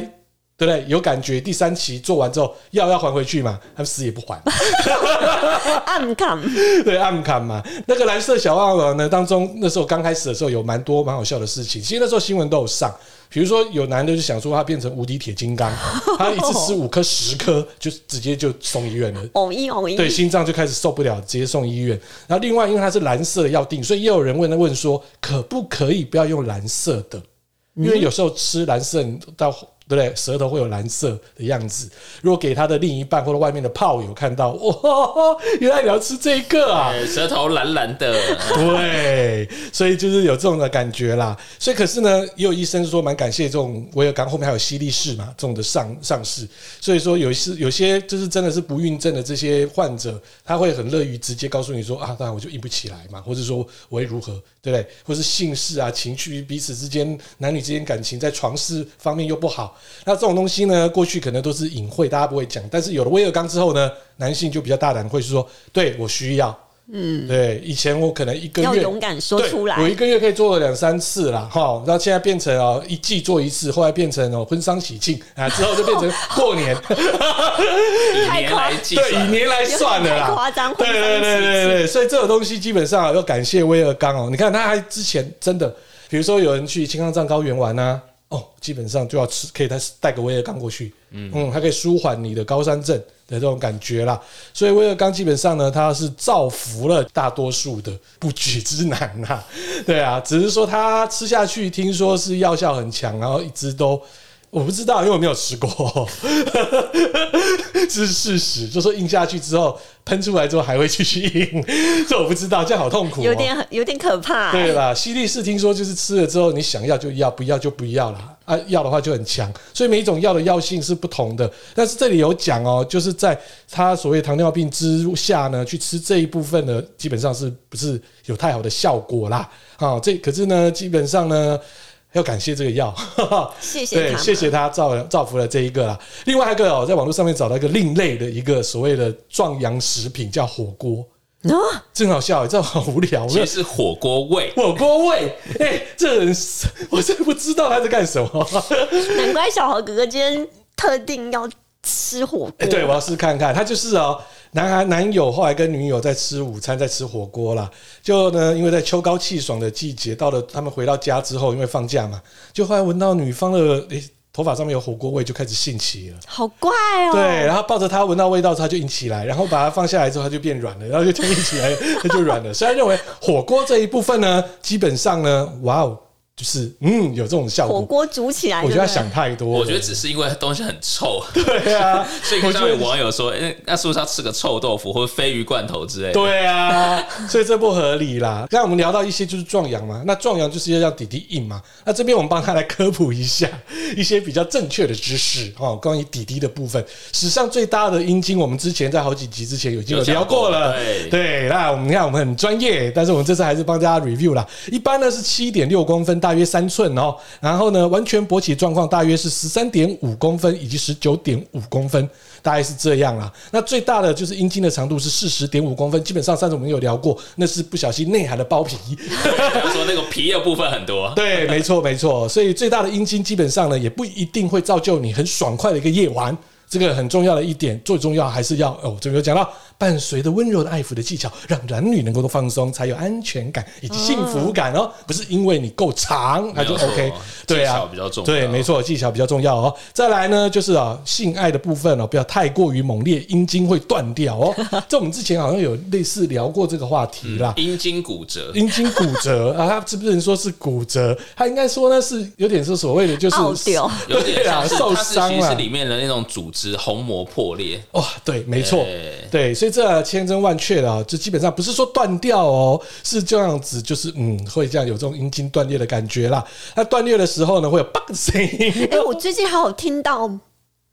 B: 对不对有感觉，第三期做完之后药要还回去嘛，他们死也不还。
D: 暗感
B: 对暗砍嘛，那个蓝色小霸王呢当中，那时候刚开始的时候有蛮多蛮好笑的事情，其实那时候新闻都有上，比如说有男的就想说他变成无敌铁金刚，他一次吃五颗十颗，就直接就送医院了。
D: 偶一偶一，
B: 对，心脏就开始受不了，直接送医院。然后另外，因为它是蓝色的药定，所以也有人问问说，可不可以不要用蓝色的？因为有时候吃蓝色，你到对不对？舌头会有蓝色的样子。如果给他的另一半或者外面的炮友看到，哇、原来你要吃这个啊！
C: 哎舌头蓝蓝的，
B: 对，所以就是有这种的感觉啦。所以可是呢，也有医生说蛮感谢这种威尔刚，后面还有西力士嘛这种的上上市。所以说有些有些就是真的是不孕症的这些患者，他会很乐于直接告诉你说啊，当然我就硬不起来嘛，或者说我会如何，对不对？或是性事啊、情绪彼此之间、男女之间感情在床事方面又不好，那这种东西呢，过去可能都是隐晦，大家不会讲。但是有了威尔刚之后呢，男性就比较大胆，会说对我需要。嗯，对，以前我可能一个
D: 要
B: 月
D: 勇敢说
B: 对，
D: 出来
B: 我。一个月可以做两三次啦，哈，然后现在变成哦一季做一次，后来变成哦婚丧喜庆啊，之后就变成过年，
C: 以年来 计
B: 对，以
C: 算，
B: 年来算了
D: 有点太
B: 啦
D: 夸张，
B: 对对对对对，所以这种东西基本上要感谢威尔刚哦，你看他还之前真的，比如说有人去青藏藏高原玩啊。哦，基本上就要吃，可以带带个威尔刚过去，嗯它可以舒缓你的高山症的这种感觉啦。所以威尔刚基本上呢，它是造福了大多数的不举之难呐、对啊， 只是说它吃下去，听说是药效很强，然后一直都我不知道，因为我没有吃过，这是事实。就说硬下去之后，喷出来之后还会继续硬，这我不知道，这样好痛苦、哦，
D: 有点有点可怕、
B: 对啦，西力士听说就是吃了之后，你想要就要，不要就不要啦。啊，要的话就很强，所以每一种药的药性是不同的。但是这里有讲哦，就是在他所谓糖尿病之下呢，去吃这一部分呢，基本上是不是有太好的效果啦？啊、这可是呢，基本上呢。要感谢这个药，
D: 谢谢
B: 对，
D: 他们
B: 谢谢他造造福了这一个啦。另外一个哦，在网络上面找到一个另类的一个所谓的壮阳食品，叫火锅，
D: 啊，
B: 真好笑，欸这好无聊。
C: 其实是火锅味。
B: 火锅味，哎、这人是 我真不知道他在干什么。
D: 难怪小豪哥哥今天特定要吃火锅。
B: 哎哎对，我要试看看。他就是哦，男孩男友后来跟女友在吃午餐，在吃火锅啦。就呢，因为在秋高气爽的季节，到了他们回到家之后，因为放假嘛，就后来闻到女方的诶、头发上面有火锅味，就开始兴起了。
D: 好怪哦、
B: 对，然后抱着它闻到味道，它就硬起来，然后把它放下来之后，它就变软了，然后就硬起来，它就软了。所以他认为火锅这一部分呢，基本上呢，哇哦，就是嗯，有这种效
D: 火
B: 果。
D: 锅啊煮起来，
B: 我觉得他
D: 对不对
B: 想太多了，
C: 我觉得只是因为东西很 臭，
B: 对啊，
C: 所以
B: 我
C: 看
B: 觉
C: 到
B: 得
C: 有网友说，哎，那是不是要吃个臭豆腐或者鲱鱼罐头之类的？
B: 对啊，所以这不合理啦。刚才我们聊到一些就是壮阳嘛，那壮阳就是要让底底硬嘛。那这边我们帮他来科普一下 一些比较正确的知识哦，关于底底的部分。史上最大的阴茎，我们之前在好几集之前已经有
C: 有讲
B: 聊过
C: 过
B: 了。
C: 对
B: 对，那我们看我们很专业，但是我们这次还是帮大家 review 啦。一般呢是七点六公分，大约三寸哦。然后呢，完全勃起状况大约是十三点五公分以及十九点五公分，大概是这样啦。那最大的就是阴茎的长度是四十点五公分，基本上上次我们有聊过，那是不小心内含的包皮。
C: 比如说那个皮的部分很多，
B: 对，没错，没错。所以最大的阴茎基本上呢，也不一定会造就你很爽快的一个夜晚。这个很重要的一点，最重要还是要哦，这边有讲到伴随着温柔的爱抚的技巧，让男女能够都放松，才有安全感以及幸福感哦。不是因为你够长，那就
C: 没有错
B: OK。对
C: 技
B: 啊
C: 巧，比较重要
B: 对，没错，技巧比较重要哦。再来呢，就是啊，性爱的部分哦，不要太过于猛烈，阴茎会断掉哦。这我们之前好像有类似聊过这个话题啦。
C: 阴茎骨 折，
B: 阴茎骨 折啊，他是不是说是骨折？他应该说那是有点是所谓的就是
D: 奥丢
C: 有点
B: 对啊，
C: 像是
B: 受
C: 它是
B: 伤
C: 其实是
B: 了。
C: 里面的那种组织虹膜破裂，
B: 哇、对，没错，
C: 对
B: 对，所以这千真万确的啊，就基本上不是说断掉哦，是这样子，就是嗯，会这样有这种阴茎断裂的感觉啦。那断裂的时候呢，会有“嘣”的声音。
D: 哎、我最近还有听到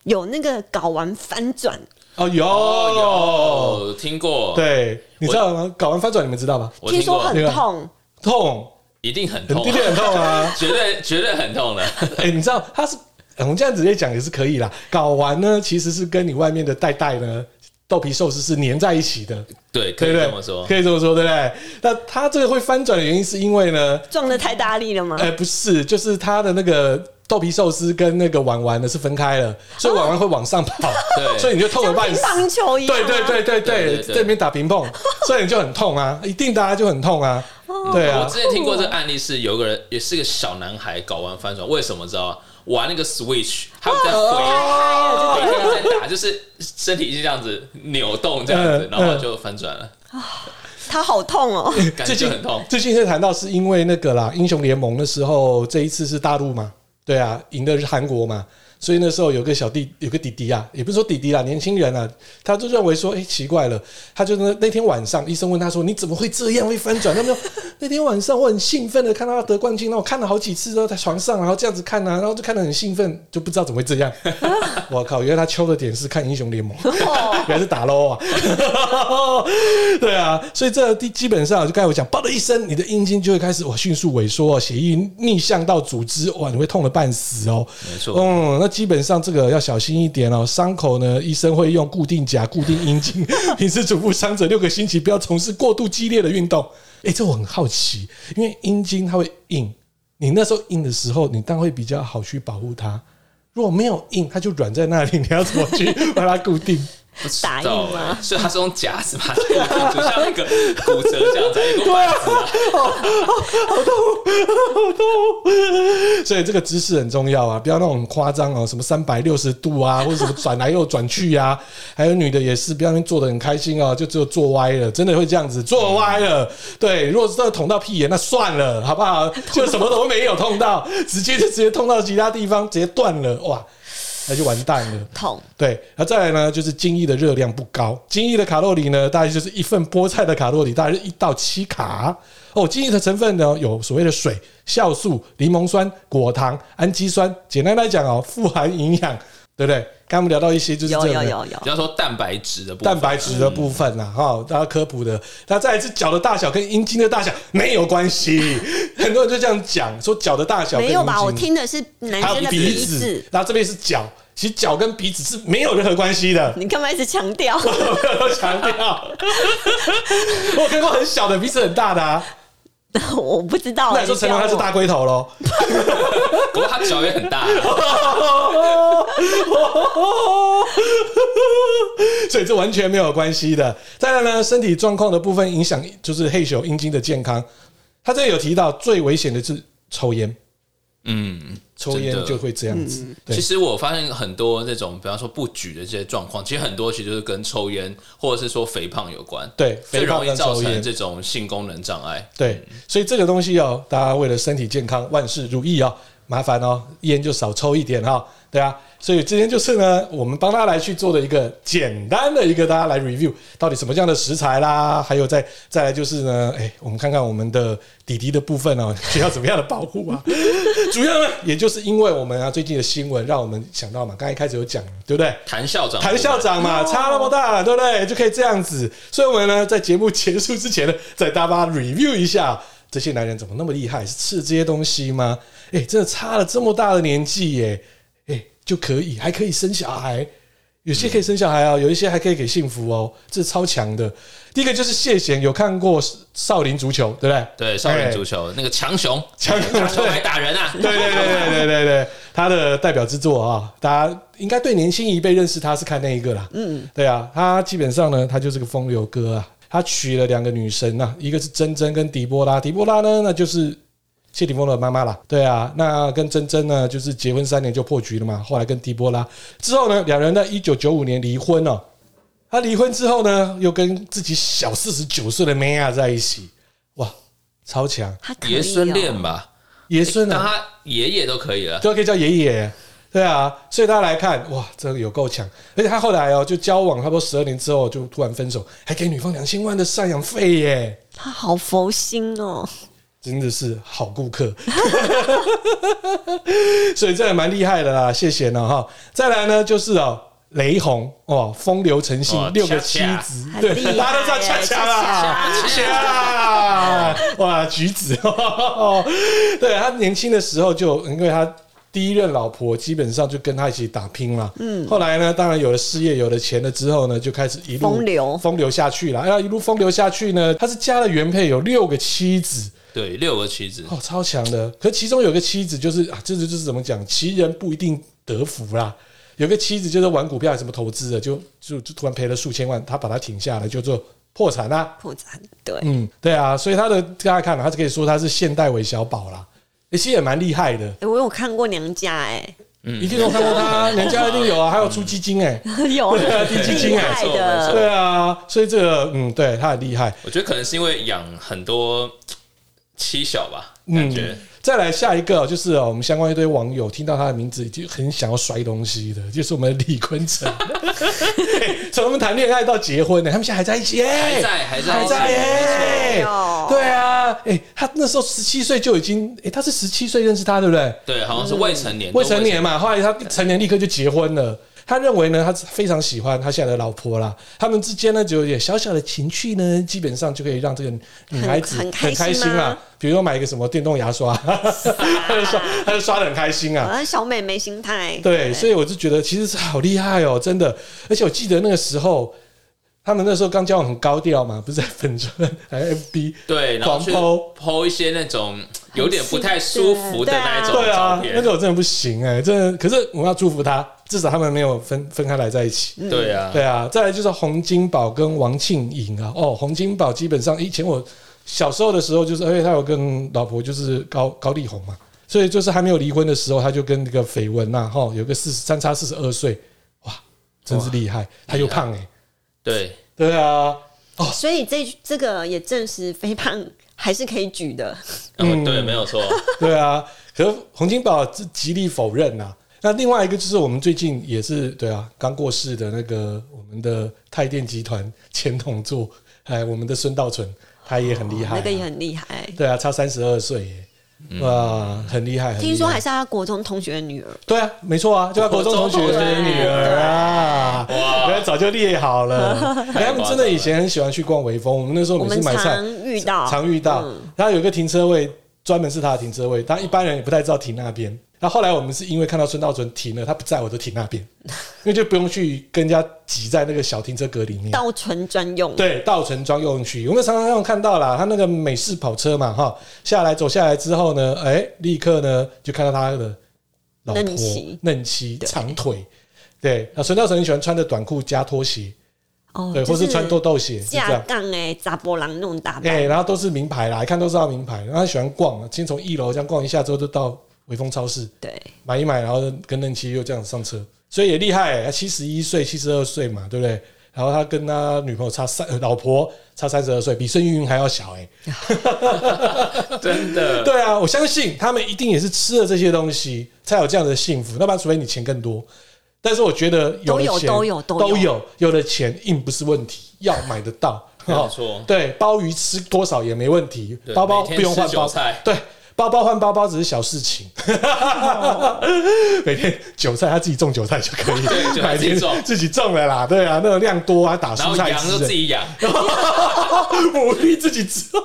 D: 有那个睾丸翻转，
B: 哦，有，
C: 哦，有听过，，
B: 对，你知道吗？睾丸翻转，你们知道吗？
C: 我
D: 听
C: 听
D: 说
C: 过，
D: 很痛，
B: 痛，
C: 一定很
B: 很
C: 痛
B: 一，定很痛啊。
C: 绝对绝对很痛的，
B: 哎、你知道它是，呃我们这样直接讲也是可以啦。睾丸呢，其实是跟你外面的带带呢，豆皮寿司是粘在一起的，
C: 对，可
B: 对
C: 以
B: 不对？
C: 这么说，
B: 可以这么说，对不对？那它这个会翻转的原因是因为呢，
D: 撞的太大力了吗？
B: 哎、不是，就是它的那个豆皮寿司跟那个碗丸呢是分开了，所以碗丸会往上跑，
C: 哦对
B: 所以你就痛了半
D: 乒
B: 死。
D: 乓球一样、
B: 对
D: 啊，
B: 对对对
C: 对
B: 对，
C: 对对
B: 这边打平碰，所以你就很痛啊，一定大家就很痛啊，
D: 哦
B: 对
C: 哦我
B: 啊
C: 之，前听过这个案例是有个人也是个小男孩搞完翻转，为什么知道吗？玩那个 Switch，还有在
B: 哦
C: 回，
D: 哎呀，
C: 还
D: 就
C: 有在打，就是身体一直这样子扭动这样子
B: 嗯，
C: 然后就 翻转了，
D: 他好痛哦、
C: 感
B: 最
C: 觉就
B: 近
C: 很痛。
B: 最近在谈到是因为那个啦，英雄联盟的时候，这一次是大陆嘛，对啊，赢的是韩国嘛，所以那时候有个小弟，有个弟弟啊，也不是说弟弟啦，年轻人啊，他就认为说，哎、奇怪了，他就那那天晚上，医生问他说，你怎么会这样会翻转？他 们说那天晚上我很兴奋的看到他得冠军，然后我看了好几次都在床上，然后这样子看啊，然后就看得很兴奋，就不知道怎么会这 样。我靠，原来他敲的点是看英雄联盟。
D: 哦，
B: 原来是打 l 啊， 对啊，所以这基基本上就刚才我讲，爆的一声，你的阴茎就会开始哇迅速萎缩，血液逆向到组织，哇，你会痛得半死哦。
C: 没错
B: 嗯，那基本上这个要小心一点哦。伤口呢，医生会用固定夹固定阴茎， 平时嘱咐伤者六个星期不要从事过度激烈的运动。诶，这我很好奇，因为阴茎它会硬，你那时候硬的时候，你当然会比较好去保护它。如果没有硬，它就软在那里，你要怎么去 把它固定？
D: 打
C: 知道
D: 印
C: 欸
D: 吗？
C: 所以他是用夹子嘛，就像 那个骨折这样子，还有一个板子啊，
B: 所以这个姿势很重要啊，不要那种夸张哦，什么三百六十度啊，或者什么转来又转去啊。还有女的也是，不要那边坐的很开心哦，就只有坐歪了，真的会这样子坐歪了。对，如果是真的捅到屁眼，那算了，好不好？就什么都没有痛到，直接就直接痛到其他地方，直接断了，哇，那就完蛋了。
D: 痛，
B: 对，那再来呢，就是精益的热量不高，精益的卡路里呢，大概就是一份菠菜的卡路里，大概是一到七卡。哦，精益的成分呢，有所谓的水、酵素、柠檬酸、果糖、氨基酸。简单来讲哦，富含营养，对不对？刚刚我们聊到一些就是这
D: 有
B: 个
D: 有有有
C: 比，方说蛋白质的部分，
B: 蛋白质的部分啦，哈、大家科普的。那再一次，脚的大小跟阴茎的大小没有关系， 很多人就这样讲，说脚的大小跟
D: 没
B: 阴
D: 有吧？我
B: 茎。
D: 听的是男
B: 还有
D: 生的
B: 鼻
D: 鼻
B: 子
D: 子，，
B: 然后这边是脚，其实脚跟鼻子是没有任何关系的。
D: 你干嘛一直 强调？
B: 不要强调。我有看过很小的，鼻子很大的啊。
D: 我不知道、
B: 那你说成龙他是大龟头喽？
C: 不过他脚也啊很大，
B: 所以这完全没有关系的。再来呢，身体状况的部分影响就是黑熊阴茎的健康。他这里有提到最危险的是抽烟，
C: 嗯，
B: 抽
C: 真
B: 烟
C: 的
B: 就会这样子。 对
C: 其实我发现很多这种，比方说不举的这些状况，其实很多其实就是跟抽烟或者是说肥胖有关，
B: 对，
C: 最
B: 肥胖
C: 容易
B: 跟
C: 造
B: 抽
C: 成
B: 烟。
C: 这种性功能障碍。
B: 对，所以这个东西哦，大家为了身体健康，万事如意哦，麻烦哦，烟就少抽一点哈、哦，对啊。所以今天就是呢，我们帮大家来去做的一个简单的一个大家来 review，到底什么样的食材啦，还有再再来就是呢，哎，我们看看我们的底底的部分哦， 需要怎么样的保护啊？主要呢，也就是因为我们啊最近的新闻，让我们想到嘛，刚才一开始有讲，对不对？
C: 谭校长，
B: 谭校长嘛，差那么大，对不对？就可以这样子。所以，我们呢，在节目结束之前呢，再大家 review 一下这些男人怎么那么厉害，是吃这些东西吗？哎、真的差了这么大的年纪耶，哎、就可以，还可以生小孩。有些可以生小孩哦，有一些还可以给幸福哦，这是超强的。第一个就是谢贤，有看过少林足球，对不对？
C: 对少林
B: 哎
C: 足球那个强雄，
B: 强雄
C: 强雄还打人啊，
B: 对对对对对对对，他的代表之作啊，大家应该对年轻一辈认识他是看那一个啦。嗯，对啊，他基本上呢，他就是个风流哥啊。他娶了两个女神呐、啊，一个是珍珍跟狄波拉，狄波拉呢，那就是谢霆锋的妈妈啦。对啊，那跟珍珍呢，就是结婚三年就破局了嘛。后来跟狄波拉之后呢，两人在一九九五年离婚哦。他离婚之后呢，又跟自己小四十九岁的梅亚在一起，哇，超强！
D: 他可以、
C: 爷
D: 哦、
C: 孙恋吧，哎
B: 爷孙啊
C: 当，他爷爷都可以了。
B: 都可以叫爷爷。对啊，所以大家来看，哇，这个有够强！而且他后来哦，就交往差不多十二年之后，就突然分手，还给女方两千万的赡养费耶，
D: 他好佛心哦，
B: 真的是好顾客。 所以这也蛮厉害的啦，谢谢呢哈。再来呢，就是哦，雷洪哦，风流成性
C: 哦，
B: 六个妻
C: 恰恰
B: 子，
D: 很
B: 对
D: 厉害，耶
B: 大家都知道恰恰啦，
D: 恰
B: 恰，哇，橘子，哦 对他年轻的时候就因为他。第一任老婆基本上就跟他一起打拼了，嗯，后来呢，当然有了事业，有了钱了之后呢，就开始一路
D: 风流
B: 风流下去了。要一路风流下去呢，他是加了原配有六个妻子，
C: 对，六个妻子，
B: 哦，超强的。可其中有个妻子就是啊，这就就是怎么讲，其人不一定得福啦。有个妻子就是玩股票还是什么投资的，就就就突然赔了数千万，他把他停下来，就做破产啦、
D: 破产对，
B: 嗯，对啊，所以他的大家看啊了，他就可以说他是现代韦小宝啦。欸其实也蛮厉害的，
D: 哎诶我有看过娘家 哎、
C: 嗯
B: 一定有看过 他，人家一定有啊，还有出基金 哎、
D: 有
B: 对啊地基
D: 厉
B: 金
D: 害
C: 没错
D: 的，
B: 对啊，所以这个嗯，对他很厉害。
C: 我觉得可能是因为养很多妻小吧，
B: 嗯
C: 感觉
B: 再来下一个哦就是哦我们相关一堆网友听到他的名字就很想要摔东西的， 就是我们的李坤 城，嘿从他们谈恋爱到结婚呢，他们现在还在一起耶，
C: 还在还在
B: 哎还在哎
C: 哎
D: 啊
C: 没错
B: 耶
D: 哦，
B: 对啊，哎，他那时候十七岁就已经，哎，他是十七岁认识他，对不对？
C: 对，好像是未成年，
B: 嗯未成年嘛，后来他成年立刻就结婚了。他认为呢，他非常喜欢他现在的老婆啦。他们之间呢，就有点小小的情趣呢，基本上就可以让这个女孩子
D: 很
B: 很
D: 很
B: 开
D: 开
B: 心
D: 心
B: 啦
D: 吗。
B: 比如说买一个什么电动牙刷，他就刷，他就刷的很开心啊。
D: 啊，小美眉心态，
B: 对，所以我就觉得其实是好厉害哦，真的。而且我记得那个时候，他们那时候刚交往很高调嘛，不是在粉砖还有 FB
C: 对，然后去
B: 狂剖
C: 剖一些那种有点不太舒服的那一种
B: 对
C: 照
B: 啊，
C: 片，
B: 那个我真的不行哎、真的。可是我们要祝福他，至少他们没有分分开来在一起。
C: 对啊，
B: 对啊，再来就是洪金宝跟王庆颖啊。哦，洪金宝基本上以前我小时候的时候，就是而且他有跟老婆就是高高丽红嘛，所以就是还没有离婚的时候，他就跟那个绯闻呐，哈，有个四十三差四十二岁，哇，真是厉害，他又胖哎、
C: 对，
B: 对啊，
D: 所以这这个也证实肥胖还是可以举的，
C: 嗯，对，没有 错，
B: 对啊，可是洪金宝是极力否认呐、那另外一个就是我们最近也是对啊，刚过世的那个我们的泰电集团前董座，哎，我们的孙道存，他也很厉害啊、
D: 哦那个也很厉害。
B: 对啊，差三十二岁耶，哇，很厉害，很厉害
D: 听说还是他国中同学的女儿，
B: 对啊，没错啊，就他国中同学
C: 国中
B: 的
C: 同
D: 学
B: 女儿啊，原来早就列好了。哎他们真的以前很喜欢去逛微风，我们那时候
D: 我
B: 每次
D: 们
B: 买菜
D: 常遇到，
B: 常遇到
D: 嗯，
B: 他有一个停车位专门是他的停车位，但一般人也不太知道停那边。那后来我们是因为看到孙道存停了，他不在我就停那边，因为就不用去跟人家挤在那个小停车格里面。
D: 道纯专用，
B: 对，稻城庄游泳区，我们常常看到啦，他那个美式跑车嘛，哈，下来走下来之后呢，哎、立刻呢就看到他的老婆
D: 嫩妻
B: 嫩妻
D: 对
B: 长腿，对，那孙道成很喜欢穿的短裤加拖鞋，
D: 哦，
B: 对，
D: 就
B: 或是穿豆豆鞋，是这
D: 架
B: 样。
D: 杠哎、杂波浪那种打扮，
B: 哎、然后都是名牌啦，一看都知道名牌。然后他喜欢逛，先从一楼这样逛一下，之后就到微风超市
D: 对，
B: 买一买，然后跟任七又这样上车，所以也厉害、欸。七十一岁、七十二岁嘛，对不对？然后他跟他女朋友差三，呃老婆差三十二岁，比孙云云还要小哎、
C: 真的，
B: 对啊，我相信他们一定也是吃了这些东西才有这样的幸福，要不然除非你钱更多。但是我觉得有了钱
D: 都有都有都有
B: 都有有了钱硬不是问题，要买得 到。
C: 没有
B: 哦
C: 错
B: 对，鲍鱼吃多少也没问题，
C: 对
B: 包包
C: 每天
B: 不用换
C: 吃
B: 包
C: 韭菜
B: 对。包包换包包只是小事情， 每天韭菜他自己种韭菜就可以，
C: 对韭菜自己种
B: 买点自己种了啦，对啊，那个量多啊，打
C: 然后
B: 蔬菜
C: 羊就
B: 吃
C: 自，己养，
B: 牡蛎自己种，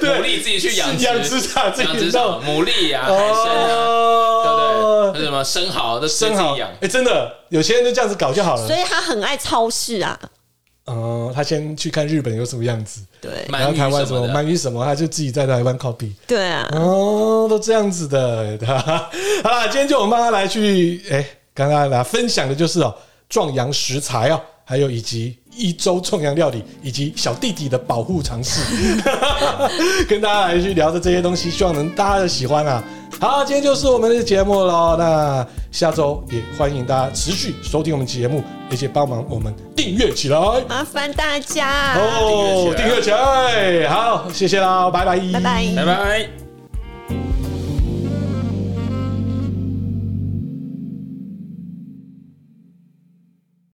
C: 牡蛎自己去养
B: 是 养殖场自己
C: 养殖
B: 弄哦
C: 场牡蛎啊，海参啊，对不对？还有什么生蚝都是自
B: 生蚝，
C: 己
B: 哎
C: 养、，
B: 真的，有些人就这样子搞就好
D: 所
B: 了。
D: 以他很爱超市啊，
B: 呃，他先去看日本有什么样子，
D: 对
B: 然
C: 鳗
B: 后
C: 鱼
B: 台湾
C: 什
B: 什么
C: 的
B: 鳗鱼什么，他就自己在台湾 copy。
D: 对啊，
B: 哦，都这样子的。 好啦，今天就我们慢慢来去，哎、刚刚来分享的就是哦，壮阳食材哦，还有以及一周壮阳料理，以及小弟弟的保护常识， 跟大家来去聊的这些东西，希望能大家喜欢啊。好，今天就是我们的节目喽。那下周也欢迎大家持续收听我们节目，而且帮忙我们订阅起来
D: 麻烦大家，
B: 哦，
C: 订
B: 订
C: 阅
B: 哦阅起来。好，谢谢啦，拜拜，
D: 拜拜。
C: 拜拜。